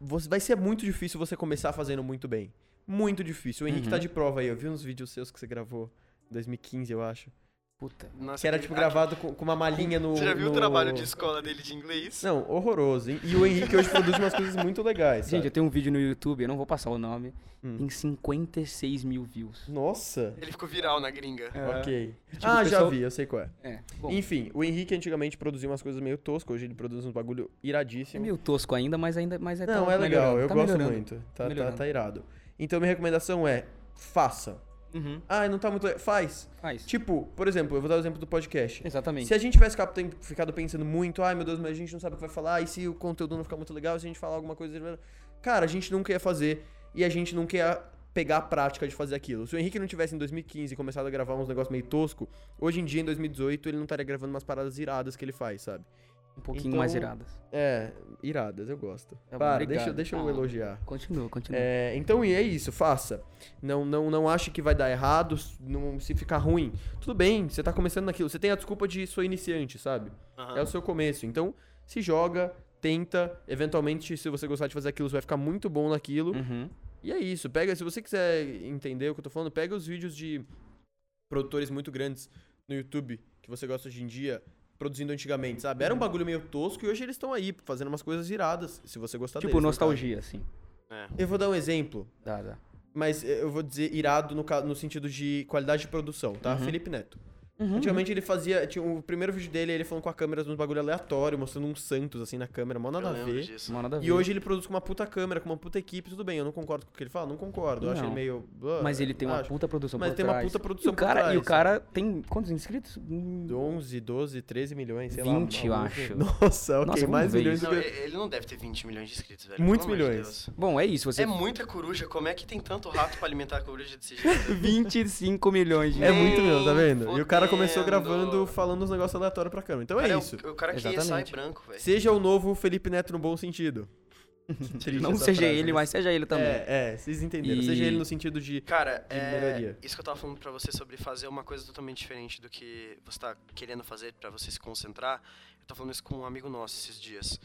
A: você- vai ser muito difícil você começar fazendo muito bem. Muito difícil. O Henrique
B: Uhum.
A: tá de prova aí, eu vi uns vídeos seus que você gravou em 2015, eu acho.
B: Puta.
C: Nossa,
A: Que era,
C: aquele-
A: tipo,
C: aquele-
A: gravado com, com uma malinha no.
C: Você já viu
A: no-
C: o trabalho de escola dele de inglês?
A: Não, horroroso, hein? E o Henrique hoje produz umas coisas muito legais.
B: Gente, eu
A: Sabe?
B: tenho um vídeo no YouTube, eu não vou passar o nome.
A: Hum.
B: Tem 56 mil views.
A: Nossa!
C: Ele ficou viral na gringa.
A: Ok.
B: Tipo,
A: ah, já
B: o pessoal-
A: vi, eu sei qual é.
B: É. Bom,
A: Enfim, o Henrique antigamente produzia umas coisas meio toscas, hoje ele produz uns bagulho
B: é
A: iradíssimo.
B: meio tosco ainda, mas ainda mas é
A: Não,
B: tá
A: é legal,
B: melhorando,
A: eu
B: tá
A: gosto
B: melhorando.
A: muito. Tá, tá,
B: melhorando.
A: tá irado. Então minha recomendação é: faça.
B: Uhum.
A: Ah, não tá muito legal. Faz.
B: Faz.
A: Tipo, por exemplo, eu vou dar o exemplo do podcast.
B: Exatamente.
A: Se a gente tivesse cap- tem- ficado pensando muito, ai meu Deus, mas a gente não sabe o que vai falar, e se o conteúdo não ficar muito legal, se a gente falar alguma coisa. Cara, a gente nunca ia fazer e a gente nunca ia pegar a prática de fazer aquilo. Se o Henrique não tivesse em 2015 começado a gravar uns negócios meio tosco, hoje em dia, em 2018, ele não estaria gravando umas paradas iradas que ele faz, sabe?
B: Um pouquinho
A: Então-
B: mais iradas.
A: É, iradas, eu gosto.
B: Tá bom,
A: Para,
B: obrigado.
A: deixa, eu- deixa eu
B: Ah.
A: elogiar.
B: Continua, continua.
A: É, então e é isso, faça. Não, não, não ache que vai dar errado, não, se ficar ruim. Tudo bem, você tá começando naquilo. Você tem a desculpa de sou iniciante, sabe?
C: Aham.
A: É o seu começo. Então, se joga, tenta. Eventualmente, se você gostar de fazer aquilo, você vai ficar muito bom naquilo.
B: Uhum.
A: E é isso. Pega, se você quiser entender o que eu tô falando, pega os vídeos de produtores muito grandes no YouTube que você gosta hoje em dia, produzindo antigamente, sabe? Era um bagulho meio tosco e hoje eles estão aí fazendo umas coisas iradas, se você gostar
B: Tipo,
A: deles, no
B: nostalgia, assim.
C: É.
A: caso. Eu vou dar um exemplo.
B: Dá, dá.
A: Mas eh, eu vou dizer irado no, ca- no sentido de qualidade de produção, tá?
B: Uhum.
A: Felipe Neto. Antigamente ele fazia. Tinha, o primeiro vídeo dele, ele falando com a câmera uns bagulho aleatório, mostrando um Santos assim na câmera, mal
C: Eu
A: nada a
C: lembro
A: ver.
C: disso.
B: Não, nada a ver.
A: E hoje ele produz com uma puta câmera, com uma puta equipe, tudo bem, eu não concordo com o que ele fala, não concordo. Eu acho
B: Não.
A: ele meio.
B: Mas ele tem uma
A: acho.
B: puta produção
A: Mas
B: por
A: tem uma
B: trás.
A: puta produção
B: e o
A: por
B: cara, E o
A: trás.
B: cara tem quantos inscritos? Hum,
A: 11, 12, 13 milhões, sei
B: 20, eu
A: lá. alguns-
B: acho.
A: (laughs) Nossa, ok,
B: Nossa, como
A: mais
B: veio
A: milhões do
C: Não,
A: que.
C: e- ele não deve ter 20 milhões de inscritos, velho.
A: Muitos
C: pelo amor de
A: milhões.
C: Deus.
B: Bom, é isso. (laughs) Você...
C: É muita coruja, como é que tem tanto rato pra alimentar a coruja desse jeito?
B: 25 milhões de
A: É muito meu, tá vendo? E o cara
C: Fudendo.
A: começou gravando, falando uns negócios aleatórios pra câmera. (laughs) Então
C: Cara,
A: é
C: o-
A: isso.
C: O, cara que sai
B: Exatamente.
C: branco, velho.
A: Seja o novo Felipe Neto no bom
B: (laughs)
A: sentido. Triste
B: Não
A: essa
B: seja
A: frase,
B: ele,
A: né?
B: mas seja ele também.
A: É, é, vocês entenderam.
B: E-
A: Seja ele no sentido de.
C: Cara,
A: De
C: é,
A: melhoria.
C: isso que eu tava falando pra você sobre fazer uma coisa totalmente diferente do que você tá querendo fazer pra você se concentrar. Eu tava falando isso com um amigo nosso esses dias.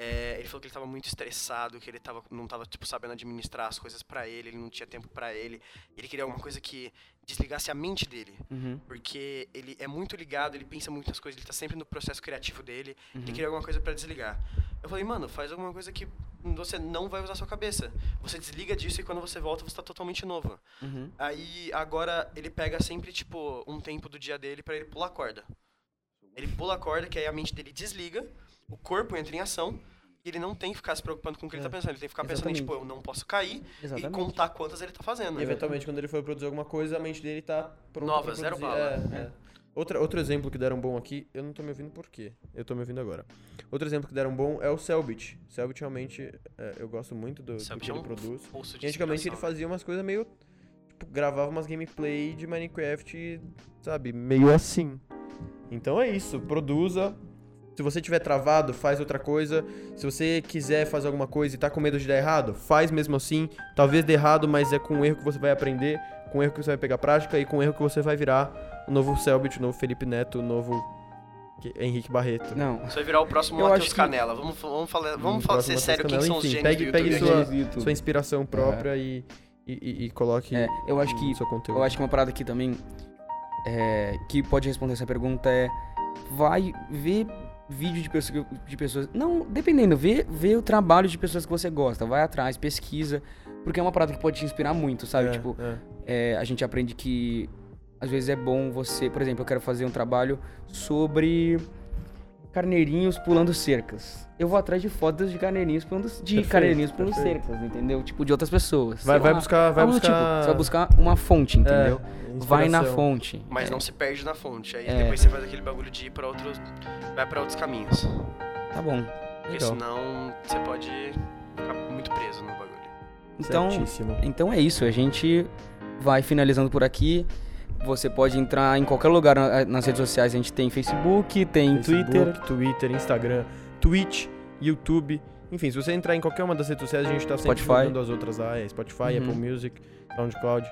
C: É, ele falou que ele tava muito estressado, que ele tava, não tava tipo, sabendo administrar as coisas pra ele, ele não tinha tempo pra ele. Ele queria alguma coisa que desligasse a mente dele.
B: Uhum,
C: Porque ele é muito ligado, ele pensa muitas coisas, ele tá sempre no processo criativo dele, ele
B: uhum.
C: queria alguma coisa pra desligar. Eu falei, mano, faz alguma coisa que você não vai usar sua cabeça. Você desliga disso e quando você volta, você tá totalmente novo.
B: Uhum.
C: Aí agora ele pega sempre, tipo, um tempo do dia dele pra ele pular a corda. Ele pula a corda, que aí a mente dele desliga, o corpo entra em ação, E ele não tem que ficar se preocupando com o que ele
A: É.
C: tá pensando. Ele tem que ficar pensando em, tipo, eu
B: Exatamente.
C: não posso cair e
B: Exatamente.
C: contar quantas ele tá fazendo.
A: E eventualmente, quando ele for produzir alguma coisa, a mente dele tá pronta.
C: Nova,
A: pra
C: zero
A: produzir. É, é. Outra, outro exemplo que deram bom aqui, eu não tô me ouvindo por quê? Eu tô me ouvindo agora. Outro exemplo que deram bom é o Selbit. Selbit realmente, é, eu gosto muito do, do
C: Selbit
A: que
C: é
A: ele
C: um
A: produz.
C: Pulso de
A: E antigamente ele
C: inspiração,
A: fazia umas coisas meio. Tipo, gravava umas gameplay de Minecraft, sabe? Meio assim. Então é isso, produza. Se você tiver travado, faz outra coisa. Se você quiser fazer alguma coisa e tá com medo de dar errado, faz mesmo assim. Talvez dê errado, mas é com um erro que você vai aprender, com um erro que você vai pegar prática e com um erro que você vai virar o novo Selbit, o novo Felipe Neto, o novo que- Henrique Barreto.
B: Não.
C: Você vai virar o próximo
B: Eu
C: Matheus
B: acho que-
C: Canela. Vamos, vamos, falar, vamos falar, ser
A: Próximo
C: sério quem
A: Matheus
C: são
A: Canela.
C: os
A: Enfim, pegue-
C: gênios do
A: pegue sua-
C: YouTube.
B: Gênios do é YouTube.
A: Sua inspiração própria e, e- e- e coloque
B: É, eu acho que
A: no seu conteúdo.
B: Eu acho que uma parada aqui também é, que pode responder essa pergunta é vai ver vídeo de, pessoa, de pessoas. Não, dependendo, vê, vê o trabalho de pessoas que você gosta, vai atrás, pesquisa, porque é uma parada que pode te inspirar muito, sabe?
A: É,
B: Tipo,
A: é.
B: é, a gente aprende que às vezes é bom você, por exemplo, eu quero fazer um trabalho sobre carneirinhos pulando cercas. Eu vou atrás de fotos de carneirinhos pulando de
A: Perfeito,
B: carneirinhos pulando
A: perfeito.
B: cercas, entendeu? Tipo de outras pessoas.
A: Vai,
B: sei
A: vai
B: lá.
A: buscar, vai
B: Algo do tipo,
A: buscar.
B: você vai buscar uma fonte, entendeu?
A: É,
B: Vai na
A: inspiração.
B: fonte.
C: Mas
A: É.
C: não se perde na fonte. Aí
B: É.
C: depois você faz aquele bagulho de ir pra outros. Vai pra outros caminhos.
B: Tá bom.
C: Porque
A: Legal.
C: senão você pode ficar muito preso no bagulho.
A: é
B: Então,
A: Certíssimo.
B: então é isso. A gente vai finalizando por aqui. Você pode entrar em qualquer lugar na- eh, nas redes sociais. A gente tem Facebook, tem
A: Facebook,
B: Twitter.
A: Twitter, Instagram, Twitch, YouTube. Enfim, se você entrar em qualquer uma das redes sociais, a gente tá sempre
B: Spotify.
A: divulgando as outras lá. É Spotify,
B: Uhum.
A: Apple Music, SoundCloud.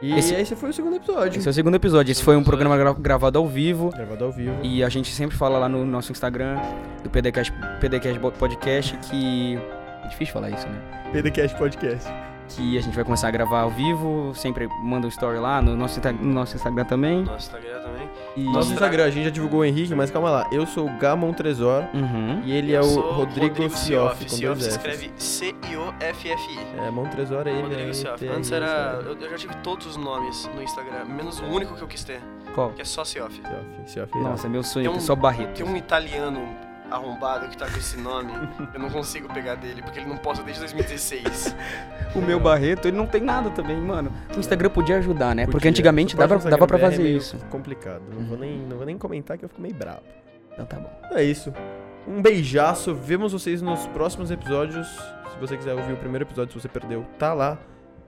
A: E
B: Esse-
A: esse, foi o segundo episódio.
B: Esse é o segundo episódio. Esse foi um programa gra- gravado ao vivo.
A: Gravado ao vivo.
B: E a gente sempre fala lá no nosso Instagram, do PDCast, PDCast Bo- Podcast, que. É difícil falar isso, né?
A: PDCast Podcast.
B: Que a gente vai começar a gravar ao vivo. Sempre manda um story lá no nosso, Insta- no nosso Instagram também.
C: Nosso Instagram também.
B: E...
A: Nosso
C: E-
A: Instagram, a gente já divulgou o Henrique, mas calma lá. Eu sou o Gamon Tresor
B: Uhum.
A: e ele
C: Eu
A: é o
C: sou
A: Rodrigo, Cioff, com
C: Cioff
A: dois
C: se
A: Fs.
C: escreve C-I-O-F-F-I.
A: É, Mon Tresor é ele.
C: Rodrigo Cioff. Antes era.
A: né?
C: Eu, eu já tive todos os nomes no Instagram, menos o único que eu quis ter,
B: Qual?
C: que é só Cioff.
A: Cioff, Cioff.
B: Nossa, meu sonho, é
C: Tem um-
B: só Barreto.
C: Tem um italiano arrombado que tá com
A: (laughs)
C: esse nome, eu não consigo pegar dele, porque ele não posta desde
A: (laughs)
C: 2016.
B: O meu Barreto, ele não tem nada também, mano. O Instagram podia ajudar, né? Porque
A: Podia.
B: antigamente
A: O suporte
B: dava,
A: no
B: dava pra
A: Instagram
B: fazer
A: é meio
B: isso. Uhum.
A: Complicado. Não vou, nem, não vou nem comentar que eu fico meio bravo.
B: Então tá bom.
A: É isso. Um beijaço. Vemos vocês nos próximos episódios. Se você quiser ouvir o primeiro episódio, se você perdeu, tá lá.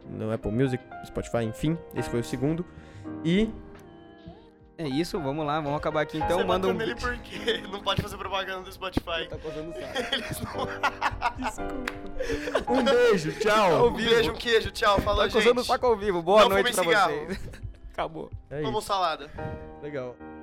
A: No Apple Music, Spotify, enfim. Esse foi o segundo. E
B: É isso, vamos lá, vamos acabar aqui então.
C: Você
B: manda
C: bateu
B: um. (laughs)
C: nele por quê? Não pode fazer propaganda do Spotify.
B: Tá coçando o saco.
C: (laughs) Eles não
A: um beijo.
C: (laughs)
A: Tchau.
C: Um beijo, um queijo, tchau, falou,
B: Tá coçando o
C: gente.
B: saco ao vivo. Boa
C: Não
B: noite
C: fumem
B: pra
C: cigarro.
B: vocês. (laughs) Acabou.
A: É
C: Vamos
A: isso.
C: salada.
A: Legal.